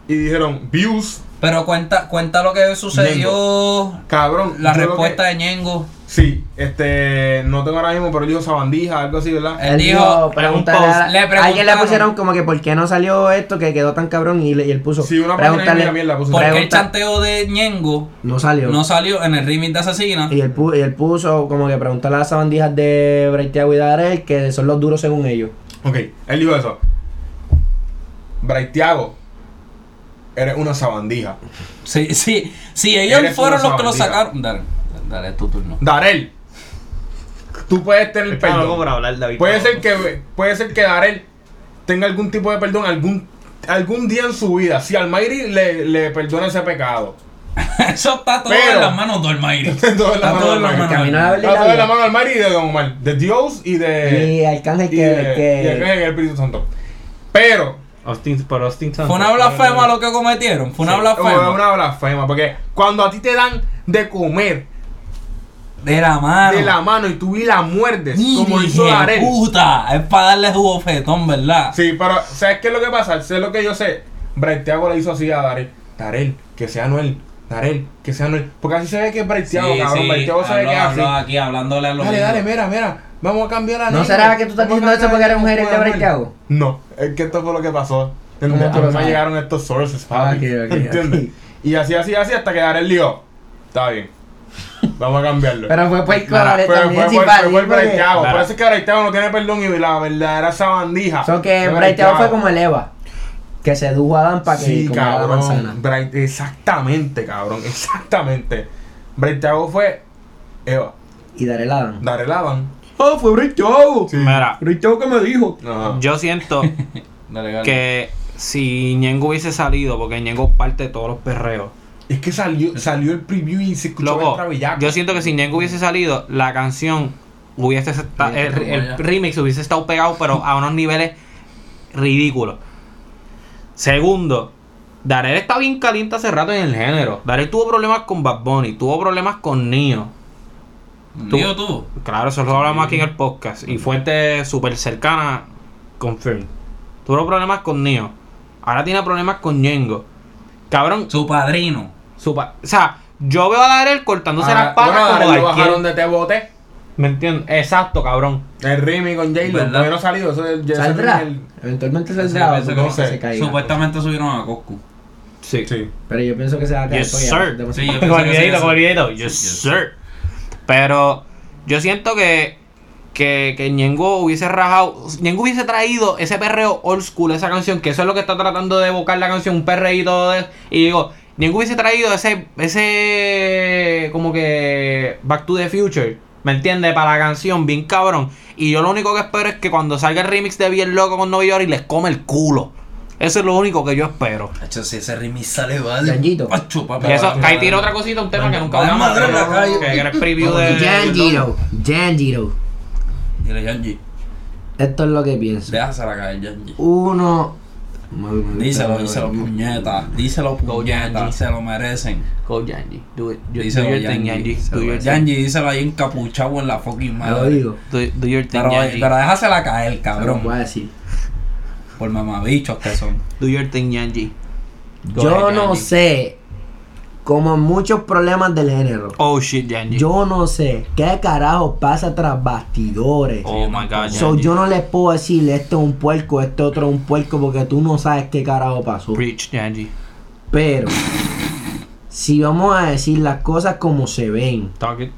Y dijeron, views,
Pero cuenta, cuenta lo que sucedió,
cabrón.
la
Yo lo que-
respuesta de Ñengo.
Sí, este, no tengo ahora mismo, pero él dijo sabandija, algo así, ¿verdad?
Él dijo,
preguntarle
post,
a la-
le
alguien le
preguntaron.
pusieron como que por qué no salió esto que quedó tan cabrón y, le- y él puso
Sí, una página
preguntarle
de mierda puso.
¿Por qué el
pregunta-
chanteo de Ñengo
no salió
no salió en el remix de Asesina?
y, él pu- y él puso como que preguntarle a las sabandijas de Breitea y Darel que son los duros según ellos
Ok, él dijo eso. Braithiago, eres una sabandija.
Sí, sí, sí, ellos
Eres
fueron
una
los que lo
sabandija.
sacaron. Dale, dale, es tu turno.
Darel, tú puedes tener perdón.
hablar, David.
Puede ser que puede ser que Darel tenga algún tipo de perdón algún algún día en su vida. Si Almairi le, le perdona ese pecado.
Eso está todo
Pero-
en las manos de Almighty.
Está todo en las manos de Almighty.
Que a mí no
de
la
Almighty.
verdad
La de la mano a Almairi y de Don Omar. De Dios y
y
de.
Arcángel
Eh, Y
que,
de-
que-
y de Arcángel y el Espíritu Santo. Pero,
Austin, por Austin Santos.
Fue una blasfema lo que cometieron. Fue una
es
blasfema.
una blasfema. Porque cuando a ti te dan de comer
De la mano.
de la mano y tú y la muerdes,
Y
como hizo
dije,
Darel.
puta, es para darle su bofetón, ¿verdad?
Sí, pero ¿sabes qué es lo que pasa? Sé lo que yo sé. Breiteago le hizo así a Darel. Darel, que sea Noel. Darel, que sea Noel. Porque así se ve que es Breiteago, cabrón. Breiteago se ve
habló-
que es así.
habló aquí hablándole a los
Dale, dale, mira, mira. Vamos a cambiar la
¿No
lengua.
será que tú estás
Vamos a
diciendo eso
cambiar
porque eres un
la
gerente de
lengua, Anuel.
Breiteago?
No, es que esto fue lo que pasó. ¿Entendés?
Ah,
Por eso
ah.
llegaron estos sources, papi.
Ah, ok, ok,
¿Entiendes? Y así, así, así hasta que Darel dijo, está bien, vamos a cambiarlo.
pero fue por el color
Ah, Fue-
también
fue,
sí,
fue,
para
fue
ti,
por
porque-
Breiteago. Por
Claro.
eso es que Breiteago no tiene perdón y la verdadera sabandija.
so que
de
Breiteago fue como el Eva que sedujo a Adam para que
Sí,
comiera la manzana
cabrón. Bright- exactamente, cabrón. Exactamente. Breiteago fue eh, Eva.
y Darel Adam
Darel Adam.
ah fue Breiteago
Sí.
Mira,
Breiteago que me dijo
Ajá.
yo siento
Dale, dale.
que si Ñengo hubiese salido, porque Ñengo parte de todos los perreos.
Es que salió, salió el preview y se escuchó
Loco,
extra bellaco.
yo siento que si Ñengo hubiese salido, la canción hubiese esta-
Bien,
el,
como
el
ya.
remix hubiese estado pegado, pero a unos niveles ridículos. Segundo, Darel está bien caliente hace rato en el género. Darel tuvo problemas con Bad Bunny, tuvo problemas con Nio. tú-
Digo tú.
Claro, eso lo hablamos aquí en el podcast. Y fuente súper cercana, confirm. Tuvo problemas con Nio. Ahora tiene problemas con Ñengo. Cabrón,
Su padrino.
su pa- o sea, yo veo a Darel cortándose
Ahora-
las patas
Ah, bueno,
como
Darel lo
cualquier-
bajaron de Te Boté.
¿Me entiendes? Exacto, cabrón.
El Remy con J-Lo.
¿Verdad?
Todavía no ha salido. Eso es- ya se
¿Saldrá?
tiene el-
Eventualmente
Sí,
saldrá o
pensé
tú
que
crees
no
que
sé.
se caiga.
Supuestamente subieron a Coscu.
Sí.
Sí.
Pero yo pienso que se va a caer.
Yes,
porque
sir.
ya-
Sí, yo
Con el
pensé que
videito,
sí,
con el
sí.
videito.
Sí,
Yes,
yes,
sir. Pero yo siento que que, que Ñengo hubiese rajado, Ñengo hubiese traído ese perreo old school, esa canción, que eso es lo que está tratando de evocar la canción, un perreíto de, y digo, Ñengo hubiese traído ese, ese, como que, Back to the Future, ¿me entiendes? Para la canción, bien cabrón, y yo lo único que espero es que cuando salga el remix de Bien Loco con Nueva York y les come el culo, eso es lo único que yo espero.
Hacho, si ese remix sale, vale.
Yanjito.
Hacho,
Y
papá.
eso,
Vale.
ahí tira otra cosita, un tema que nunca
Vale,
hablamos,
madre, la calle.
que era el preview de...
Yanjiro, Yanjiro.
Dile, Yanji.
Esto es lo que pienso.
Déjasela caer, Yanji.
Uno.
Díselo, díselo, puñeta. Díselo, puñeta.
Yanji.
Se lo merecen.
Go Yanji, do it. You- do
Díselo,
your thing, Yanji.
Yanji.
Do your thing.
Yanji, díselo ahí encapuchado en la fucking
Me lo
madre.
digo.
Do, do your thing,
Pero,
Yanji.
pero déjasela caer,
se lo voy
cabrón.
a decir.
Por mamabichos que son.
Do your thing, Yanji. Go
Yo
ahead,
no
Yanji.
sé, como en muchos problemas del género,
Oh shit, Yanji.
yo no sé qué carajo pasa tras bastidores.
oh my god,
So,
Yanji.
yo no les puedo decir esto es un puerco, este otro es un puerco, porque tú no sabes qué carajo pasó.
Preach, Yanji.
Pero, si vamos a decir las cosas como se ven,
Talk it.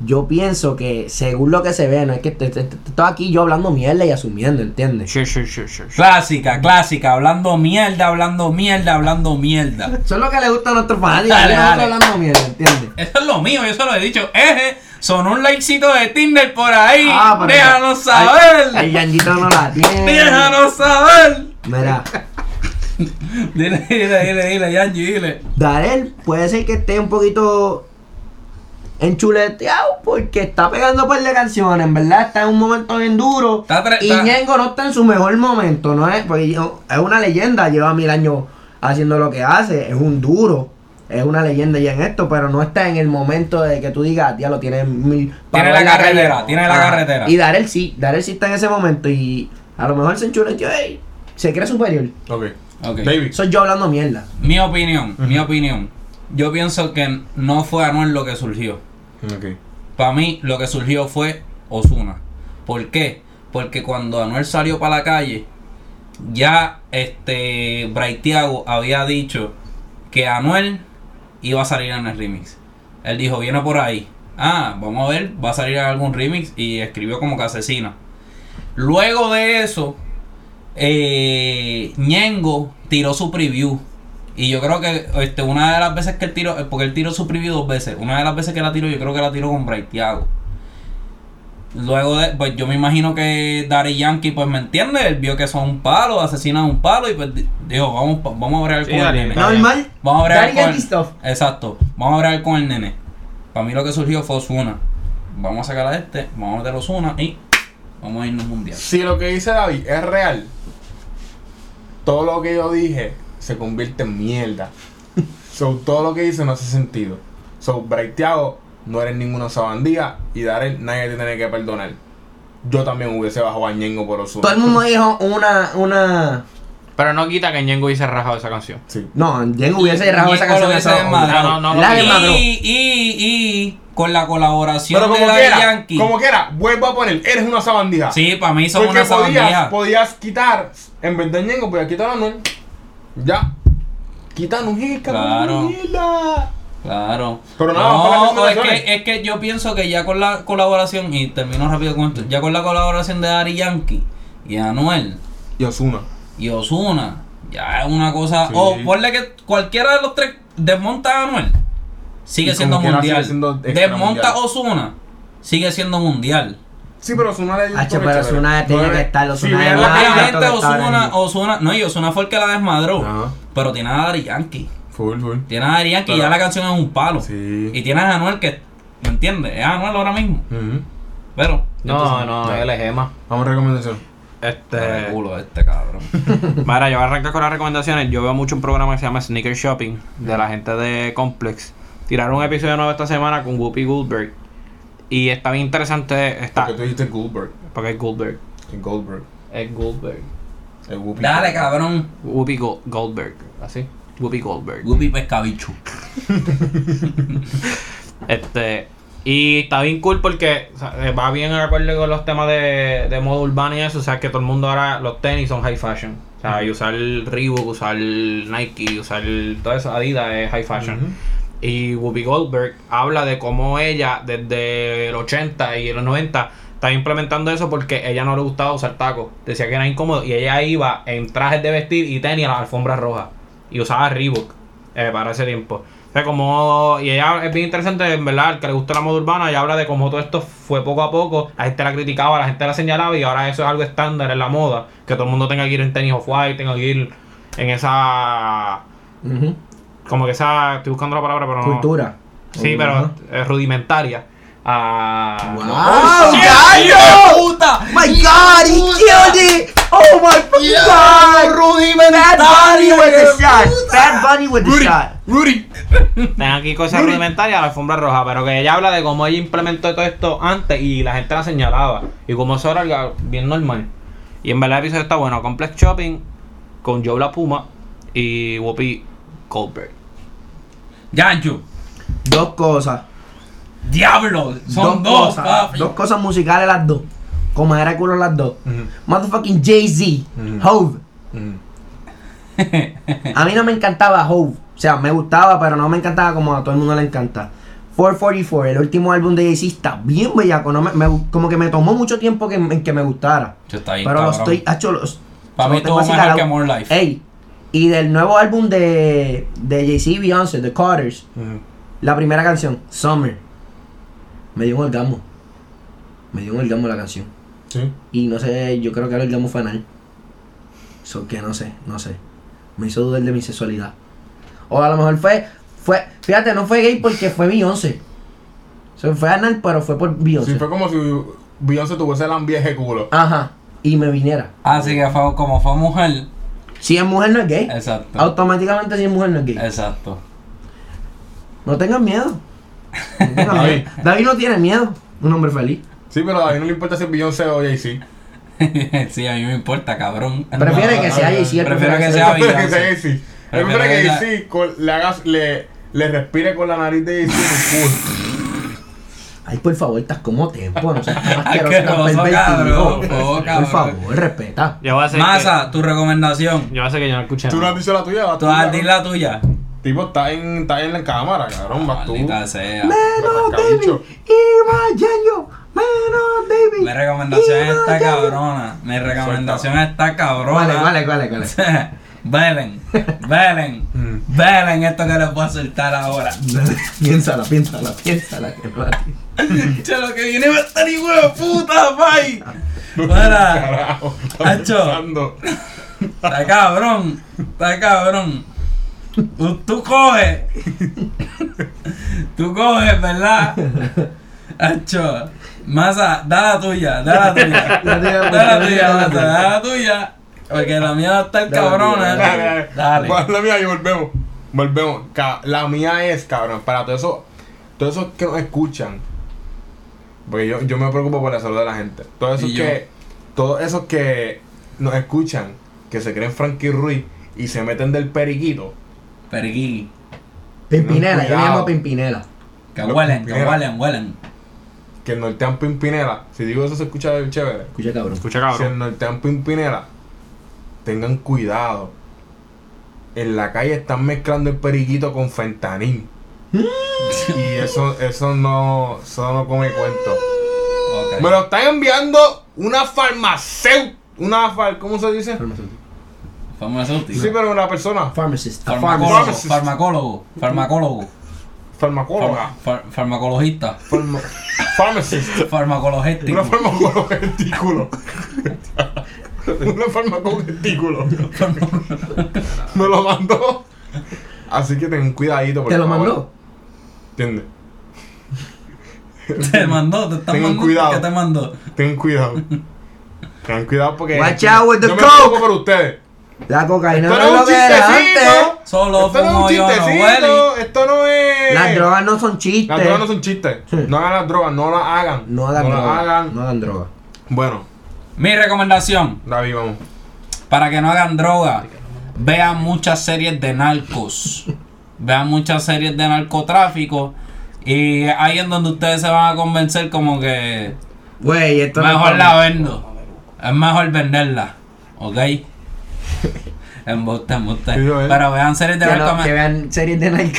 yo pienso que según lo que se ve, no es que te- te- te- estoy aquí yo hablando mierda y asumiendo, ¿entiendes?
Sure, sure, sure, sure. sure.
Clásica, clásica. Hablando mierda, hablando mierda, hablando mierda.
Eso es lo que le gusta a nuestros fanáticos,
Dale,
yo no estoy
dale.
hablando mierda, ¿entiendes?
Eso es lo mío, yo se lo he dicho. Eje, son un likecito de Tinder por ahí.
Ah, pero-
Déjanos
Ay,
saber.
El yanguito no la tiene.
Déjanos saber.
Mira,
Dile, dile, dile, dile, Yanji, dile.
Darel puede ser que esté un poquito enchuleteado porque está pegando un par de canciones, en verdad está en un momento bien duro.
Está tre-
y
está-
Ñengo no está en su mejor momento, ¿no es? Porque yo- es una leyenda, lleva mil años haciendo lo que hace, es un duro. Es una leyenda ya en esto, pero no está en el momento de que tú digas, ya lo tiene mil...
Tiene la
en calle".
carretera, tiene la carretera.
Y Darel sí, Darel sí está en ese momento y a lo mejor se enchuleteó y se cree superior.
Ok.
Ok.
David.
Soy yo hablando mierda.
Mi opinión, mi opinión. Yo pienso que no fue Anuel lo que surgió.
Ok.
Para mí, lo que surgió fue Osuna. ¿Por qué? Porque cuando Anuel salió para la calle, ya este Braithiago había dicho que Anuel iba a salir en el remix. Él dijo, viene por ahí. Ah, vamos a ver, va a salir en algún remix y escribió como que asesina. Luego de eso, eh, Ñengo tiró su preview. Y yo creo que este, una de las veces que él tiró, eh, porque él tiró su preview dos veces, una de las veces que la tiró, yo creo que la tiró con Braithiago. Luego de, pues yo me imagino que Daddy Yankee, pues me entiende, él vio que son un palo, asesinan un palo, y pues di- dijo, vamos, pa- vamos a bregar
Sí,
con el
Daddy,
nene.
Daddy.
Normal.
Vamos a hablar
Daddy
con
Yankee stuff.
Exacto. Vamos a hablar con el nene. Para mí lo que surgió fue Osuna. Vamos a sacar a este, vamos a meter a Osuna y vamos a irnos mundial.
Si lo que dice David es real, todo lo que yo dije se convierte en mierda. So, todo lo que dice no hace sentido. So, Braithiago, no eres ninguna sabandía y Darel, nadie te tiene que perdonar. Yo también hubiese bajado a Ñengo por Osuna.
Todo el mundo dijo una, una.
Pero no quita que Ñengo hubiese rajado esa canción.
Sí.
No, Diego hubiese cerrado esa
Ñengo
canción.
lo hubiese
esa-
desmadrado.
No, no, no,
la
no.
desmadró.
y, y, y con la colaboración
Pero como
de Daddy
quiera,
Yankee.
como quiera, vuelvo a poner, eres una sabandija.
Sí, para mí son
Porque
una
podías,
sabandija.
podías quitar, en vez de Ñengo, podías quitar a Anuel. Ya. Quita a Anuel, cabrón,
Claro.
mierda.
Claro.
Pero nada, para las
no, es
recomendaciones.
que, es que yo pienso que ya con la colaboración, y termino rápido con esto, ya con la colaboración de Daddy Yankee y Anuel,
Y Osuna.
y Osuna. Ya es una cosa.
Sí.
O ponle que cualquiera de los tres desmonta a Anuel. Sigue
Y
siendo
como quiera sigue
mundial.
siendo extra
desmonta
mundial.
Osuna. Sigue siendo mundial.
Sí, pero Osuna le dio
Hacho,
todo el
pero
chévere.
Ozuna tenía
No,
que
eh,
estar, Ozuna
si
era
vean
la
la
cara.
cara.
Obviamente
esto que está
Osuna,
hablando.
Osuna, no, y Osuna fue el que la desmadró.
Ajá.
Pero tiene a Daddy Yankee.
Full, full.
Tiene a Daddy Yankee y
Pero-
ya la canción es un palo.
Sí.
Y tienes a Anuel que, ¿me entiendes? Es Anuel ahora mismo.
Ujú.
Pero.
No, no, él es Emma.
Mm-hmm. Vamos a recomendación.
Este.
culo este cabrón.
Mira, yo voy a arrancar con las recomendaciones. Yo veo mucho un programa que se llama Sneaker Shopping de la gente de Complex. Tiraron un episodio nuevo esta semana con Whoopi Goldberg. Y está bien interesante.
Ah.
Está.
Porque tú dijiste Goldberg.
Porque es Goldberg.
El Goldberg.
Es Goldberg.
El Whoopi.
Dale, cabrón.
Whoopi Go- Goldberg. ¿Así? Whoopi Goldberg.
Guppy pescabicho.
Este. Y está bien cool porque o sea, eh, va bien de acuerdo con los temas de, de moda urbana y eso. O sea, que todo el mundo ahora los tenis son high fashion. O sea, y usar Reebok, usar Nike, usar toda esa Adidas es high fashion. Y Whoopi Goldberg habla de cómo ella desde el 80 y los 90 estaba implementando eso porque ella no le gustaba usar tacos. Decía que era incómodo y ella iba en trajes de vestir y tenis a las alfombras rojas. Y usaba Reebok eh, para ese tiempo. O sea, como, y ella es bien interesante, en verdad, el que le gusta la moda urbana, ella habla de cómo todo esto fue poco a poco, la gente la criticaba, la gente la señalaba y ahora eso es algo estándar en la moda, que todo el mundo tenga que ir en tenis off-white, tenga que ir en esa
Ujú.
como que esa, estoy buscando la palabra, pero no.
Cultura.
Sí,
Ujú.
pero eh, rudimentaria. Ah,
¡Wow!
¡Ah,
gallo!
puta!
¡Oh, ¡My God! ¡He killed it! ¡Oh my fucking God! ¡Bad Bunny with the shot! ¡Bad Bunny with the shot!
Rudy.
Tengan aquí cosas rudimentarias a la alfombra roja, pero que ella habla de cómo ella implementó todo esto antes y la gente la señalaba. Y cómo eso era algo bien normal. Y en verdad el episodio está bueno. Complex Shopping con Joe La Puma y Whoopi Goldberg.
Yancho,
Dos cosas.
diablo, son dos,
cosas.
papi.
Dos cosas musicales las dos. Como era culo las dos.
Mm-hmm.
Motherfucking Jay-Z.
Ujú.
Hove.
Mm-hmm.
A mí no me encantaba Hove. O sea, me gustaba, pero no me encantaba como a todo el mundo le encanta. 444, el último álbum de Jay-Z está bien bellaco. no me- me- como que me tomó mucho tiempo que, en que me gustara.
Yo está ahí,
Pero lo
cabrón.
estoy. Hacho, los,
Para
lo
mí
tengo
todo
así
mejor
calado.
que More Life.
Ey, y del nuevo álbum de, de Jay-Z y Beyoncé, The Carters,
Mm-hmm.
la primera canción, Summer, me dio un orgasmo. Me dio un orgasmo la canción.
Sí.
Y no sé, yo creo que era el orgasmo fanal. So que no sé, no sé. Me hizo dudar de mi sexualidad. O a lo mejor fue, fue, fíjate, no fue gay porque fue Beyoncé. O sea, fue anal, pero fue por Beyoncé.
Sí, fue como si Beyoncé tuviese la vieje culo.
Ajá. Y me viniera.
Así Ah, que fue, como fue mujer,
Si es mujer no es gay.
exacto.
Automáticamente si es mujer no es gay.
Exacto.
No tengan miedo. No tengan
David.
miedo. David no tiene miedo. Un hombre feliz.
Sí, pero a mí no le importa si es Beyoncé o Jay-Z.
sí, a mí me importa, cabrón.
Prefiere que sea
no,
Jay-Z. él
prefiero
prefiere
que
Él
sea
prefiere que
Beyoncé.
sea Jay-Z. Él
Prefiero
prefiere
que
que
sea-
Jay-Z con- le, hagas- le, le respire con la nariz de Jay-Z en el culo.
Ay, por favor, estás como tiempo. No seas tan asqueroso, tan
Asqueroso,
pervertido.
cabrón. Oh,
Por
cabrón.
favor, respeta.
Yo voy a hacer
Masa, tu recomendación.
que, yo voy a hacer que yo no escuché
Tú no
nada.
has dicho la tuya, vas
Tú
tú.
vas a
cabrón.
decir la tuya.
Tipo, está en, está en la cámara, cabrón, vas tú.
Maldita sea.
Menos
Cabicho.
David y más Yayo. Menos David.
Mi recomendación
y más
está
Yayo.
cabrona. Mi recomendación está cabrona.
¿Cuál es, cuál es, cuál es, cuál es?
Velen, velen,
Mm.
velen esto que les voy a soltar ahora.
piénsala, piénsala, piénsala. que no la tiene.
Che, lo que viene va a estar hijo de puta, pay. Para,
Carajo,
Hacho.
pensando.
está cabrón, está cabrón. Tú, tú coges, tú coges, ¿verdad? Hacho, masa, da la tuya, da la tuya.
La tuya, porque
Da
no tiene
la tuya, masa,
nada.
da la tuya. Porque la mía va a
Da la
estar
tuya, da
cabrona.
Dale, dale.
Dale.
Bueno, la mía y volvemos. Volvemos. Ca- La mía es, cabrón, para todos esos todos esos que nos escuchan. Porque yo, yo me preocupo por la salud de la gente. Todos esos
Y yo.
que todos esos que nos escuchan, que se creen Frankie Ruiz y se meten del periquito.
Periquí.
Pimpinela, yo me
Cuidado.
llamo Pimpinela.
Que
Lo-
huelen, que
mira.
huelen, huelen.
Que el nortean Pimpinela. Si digo eso se escucha chévere.
Escucha, cabrón.
Escucha
Si el
cabrón.
nortean Pimpinela, tengan cuidado. En la calle están mezclando el periquito con fentanil. y eso, eso no, eso no come cuento.
Ok.
Me lo están enviando una farmacéutica. Una far, ¿cómo se dice?
Farmacéutico.
Sí, pero una persona.
Pharmacist. a
Farmacólogo,
Farmacist.
farmacólogo, farmacólogo,
Farmacóloga.
far- far- farmacologista,
Farma- Pharmacist.
farmacologéstico,
Una farmacóloga de testículo. Una farmacóloga de testículo. Me lo mandó. Así que ten cuidadito. por
¿Te lo
favor.
mandó?
¿Entiendes?
Te mandó, te está
Tengan
mandando.
cuidado.
¿Qué te mandó?
Ten cuidado. Ten cuidado porque.
Watch out with the
yo me
coke.
preocupo por ustedes.
La cocaína
esto
no es
no
lo
es un
que era
chistecito.
antes.
Solo
esto no es un
fumo yo, no
chistecito.
huele.
Esto no es.
Las drogas no son chistes.
Las drogas no son chistes.
Sí.
No hagan las drogas, no las hagan.
No hagan
las
droga.
hagan.
No hagan droga.
Bueno,
Mi recomendación,
David, vamos.
para que no hagan droga, vean muchas series de narcos, vean muchas series de narcotráfico y ahí es donde ustedes se van a convencer como que
Güey, esto no es
Mejor
para
la
mí.
vendo. Es mejor venderla. ¿Ok? Embuste, embuste.
Sí, yo, eh.
Pero vean series de
Que, no-
narco.
que
me-
vean series de narco.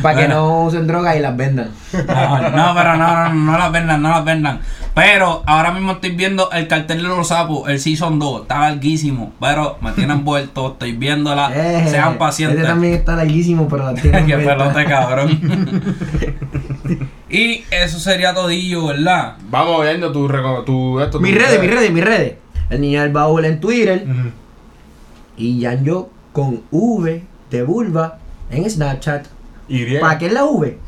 Para que
Bueno.
no usen drogas y las vendan.
Mejor. No, pero no, no, no, no las vendan, no las vendan. Pero ahora mismo estoy viendo el cartel de los sapos, el Season 2. Está larguísimo, pero me tienen vuelto. Estoy viéndola.
Eh,
Sean pacientes.
Este también está larguísimo, pero la tiene.
Qué
vuelta.
pelota, cabrón. y eso sería todillo, ¿verdad?
Vamos viendo tu, reco- tu esto.
Mis
tu-
redes, mis redes, mis redes. El niño del baúl en
Mm.
Twitter.
Ujú.
Y Yan Yo con V de vulva en Snapchat.
Y diez.
¿Para qué es la V?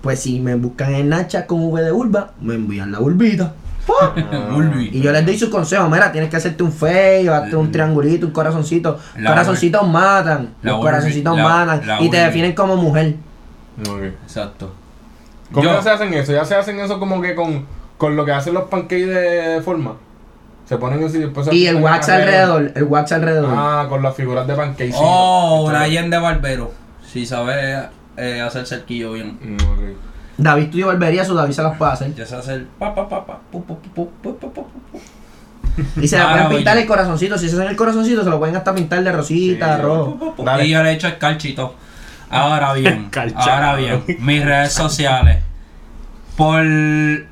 Pues si me buscan en Snapchat con V de vulva, me envían la vulvita. ¡Pua!
Ah,
Bulbi.
Y yo les doy sus consejos. Mira, tienes que hacerte un feo, hazte un triangulito, un corazoncito.
Mm. La
corazoncitos matan.
La
los
vulvi-
corazoncitos
la-
matan.
la
y te
vulvi.
definen como mujer.
Ok.
Exacto.
¿Cómo
Yo-
ya se hacen eso? Ya se hacen eso como que con, con lo que hacen los pancakes de forma. Se ponen así después se
Y el
ponen
wax alrededor. El wax alrededor.
Ah, con las figuras de pancakes.
Oh, Brian de Barbero. Si sabe eh, hacer cerquillo bien.
Mm,
David estudió barbería, su David se las puede hacer.
Ya se hace el pa pa pa pa. pu, pu, pu, pu, pu, pu, pu, pu.
Y se le
Ah,
pueden
la
pintar
olla.
el corazoncito. Si se hacen el corazoncito, se lo pueden hasta pintar de rosita,
Sí.
rojo.
Dale.
Y yo le he hecho el calchito. Ahora bien,
Calchado.
ahora bien, mis redes sociales. Por,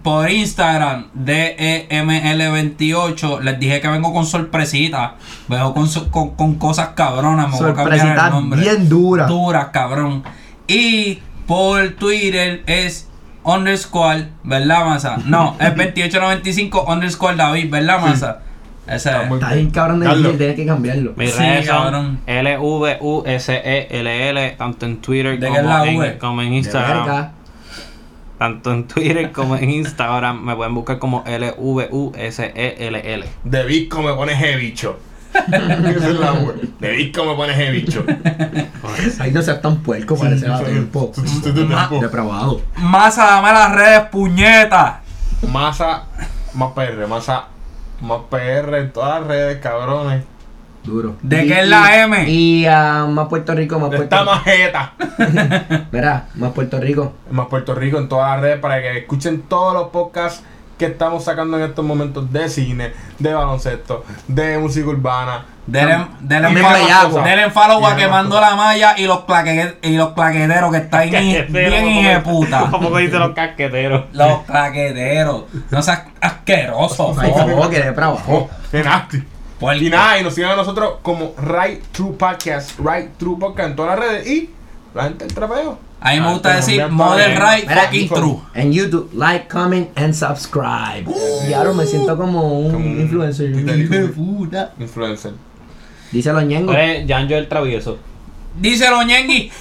por Instagram, E DEML28, les dije que vengo con sorpresitas. Vengo con, so- con, con cosas cabronas, me voy a cambiar el
Sorpresita
nombre.
bien dura.
Dura, cabrón. Y por Twitter es underscore, ¿verdad, masa? No, es 2895 underscore David, ¿verdad, masa? Ese es.
muy-
Está bien cabrón de
Carlos.
decir, tienes que cambiarlo.
Mis
Sí,
redes son
cabrón.
L-V-U-S-E-L-L, E, tanto en Twitter
¿De qué
como,
es la
en,
V?
como en
De
Instagram.
verga.
Tanto en Twitter como en Instagram me pueden buscar como E L-V-U-S-E-L-L.
De disco me pones hebicho. Esa es la wea. De disco me pones hebicho.
Ay, no seas tan puerco, parece a tiempo. Depravado.
Masa, dame las redes, puñeta.
Masa, más PR, masa, más PR en todas las redes, cabrones.
Duro.
¿De
Y-
qué es la
y-
M?
Y a más Puerto Rico, más Puerto
Está
Rico.
majeta.
Verá, más Puerto Rico.
más Puerto Rico en todas las redes para que escuchen todos los podcasts que estamos sacando en estos momentos de cine, de baloncesto, de música urbana.
Denle, denle
También
follow-
Bellaco.
denle follow a
Y
quemando la malla y los, claque- y los claqueteros que están bien de puta.
Tampoco dice los casqueteros.
Los claqueteros. No seas asqueroso, por
Ay,
favor.
tampoco que depravado.
Oh, qué nasty.
Puerco.
Y nada, y nos sigan a nosotros como Right True Podcast, Right True Podcast en todas las redes y la gente del trapeo.
A mí me
Ah,
gusta
te
decir
cambiaste
Model
bien.
Right
Mira,
fucking
hijo.
true.
En YouTube, like, comment and subscribe.
Uh.
Y ahora me siento como un
Como un-
influencer.
Hijo de
puta.
Influencer.
Díselo, Ñengo.
Oye, Janjo el travieso.
Díselo, Ñengui.